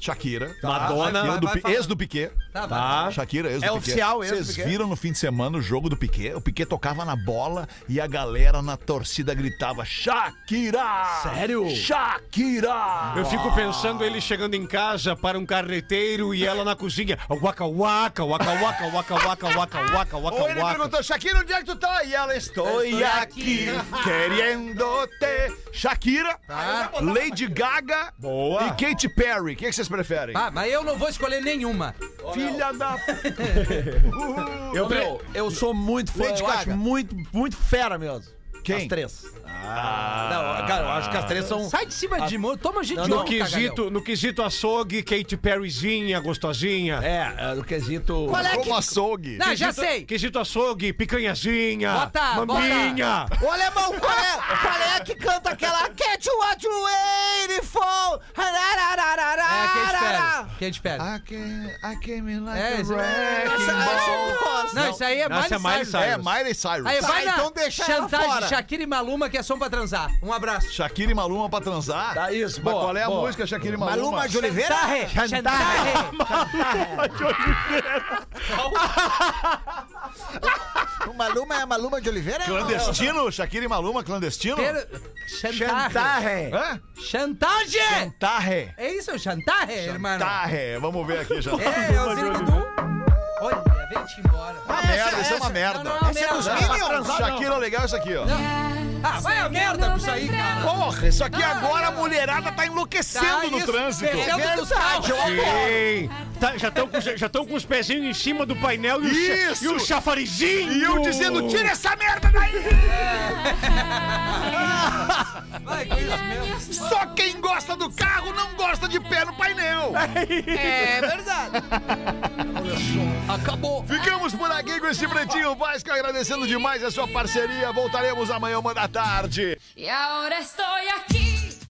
Speaker 3: Shakira.
Speaker 6: Madonna.
Speaker 3: Shakira
Speaker 6: Vai,
Speaker 3: do
Speaker 6: vai
Speaker 3: Pi-
Speaker 6: falando.
Speaker 3: ex do Piquet.
Speaker 4: Tá,
Speaker 6: Tá.
Speaker 3: Shakira, ex do
Speaker 7: É
Speaker 3: Piquet.
Speaker 7: oficial, ex do
Speaker 3: Vocês
Speaker 7: Piquet.
Speaker 3: viram no fim de semana o jogo do Piquet? O Piquet tocava na bola e a galera na torcida gritava: Shakira!
Speaker 6: Sério?
Speaker 3: Shakira!
Speaker 6: Eu fico pensando ele chegando em casa para um carreteiro e ela na cozinha. Waka waka, waka waka, waka waka, waka waka,
Speaker 7: Ou ele
Speaker 6: waka waka.
Speaker 7: perguntou, Shakira, onde é que tu tá? E ela, estou
Speaker 3: Estou aqui querendo te. Shakira, Lady Gaga
Speaker 6: Tá. Boa.
Speaker 3: e Katy Perry. O que, que vocês preferem?
Speaker 4: Ah, mas eu não vou escolher nenhuma.
Speaker 3: Filha da.
Speaker 7: Eu, meu, eu sou muito fã,
Speaker 3: Lady
Speaker 7: eu acho
Speaker 3: Gaga.
Speaker 7: muito, muito fera mesmo.
Speaker 3: Quem?
Speaker 7: As três. Não, cara, eu acho que as três são...
Speaker 4: Sai de cima de mim, toma gente de
Speaker 6: No
Speaker 4: ouro, cagalhão.
Speaker 6: quesito, no quesito açougue, Katy Perryzinha, gostosinha.
Speaker 7: É, é, do quesito...
Speaker 4: Qual é que...
Speaker 3: Como açougue.
Speaker 4: Não, já
Speaker 6: Quesito-
Speaker 4: sei.
Speaker 6: Quesito açougue, picanhazinha,
Speaker 4: Bota,
Speaker 6: maminha.
Speaker 8: Ô, alemão, qual é, qual é que canta aquela Catch What You Waiting For?
Speaker 4: É, quem espera? Quem espera?
Speaker 3: I came, I came in like
Speaker 4: É,
Speaker 3: a
Speaker 4: isso-
Speaker 3: wrecking
Speaker 8: Nossa,
Speaker 4: Não, isso aí é mais
Speaker 6: Essa é Miley Cyrus.
Speaker 3: É, Miley Cyrus.
Speaker 4: Aí vai
Speaker 8: Tá,
Speaker 4: na
Speaker 8: então deixa ela
Speaker 4: chantagem
Speaker 8: fora.
Speaker 4: Shakira e Maluma, que é som pra transar. Um abraço.
Speaker 3: Shakira e Maluma pra transar?
Speaker 7: Tá, isso,
Speaker 3: Mas
Speaker 7: boa,
Speaker 3: qual é a
Speaker 7: boa.
Speaker 3: música Shakira e Maluma?
Speaker 8: Maluma de Oliveira?
Speaker 4: Chantarre! Chantarre!
Speaker 8: O Maluma é a Maluma de Oliveira?
Speaker 3: Clandestino? Shakira e Maluma, clandestino?
Speaker 4: Per- Chantarre!
Speaker 7: Chantarre.
Speaker 3: Hã?
Speaker 4: Chantage!
Speaker 3: Tarre.
Speaker 4: É isso, chantarre, irmão?
Speaker 3: Tarre. Vamos ver aqui já.
Speaker 4: É, é o Zirga do... Olha, vem-te embora.
Speaker 3: Uma merda, isso é uma merda.
Speaker 4: Não, não,
Speaker 8: Essa Ah, é
Speaker 4: merda.
Speaker 8: dos
Speaker 4: Tá Não.
Speaker 8: Minions?
Speaker 3: Shakira, legal isso aqui, ó.
Speaker 4: Ah, vai a merda com isso aí, cara.
Speaker 3: Porra, isso aqui agora a mulherada tá enlouquecendo
Speaker 4: Tá,
Speaker 3: no
Speaker 4: isso,
Speaker 3: trânsito.
Speaker 4: perdeu do carro.
Speaker 6: Sim. Tá, já estão com, já tão com os pezinhos em cima do painel e o, cha-
Speaker 3: Isso.
Speaker 6: e o chafarizinho.
Speaker 3: E eu dizendo, tira essa merda daí!
Speaker 4: Vai com isso mesmo.
Speaker 3: Só quem gosta do carro não gosta de pé no painel.
Speaker 8: É verdade.
Speaker 9: Acabou.
Speaker 3: Ficamos por aqui com esse Pretinho Vasco, agradecendo demais a sua parceria. Voltaremos amanhã, uma da tarde.
Speaker 13: Y ahora estoy aquí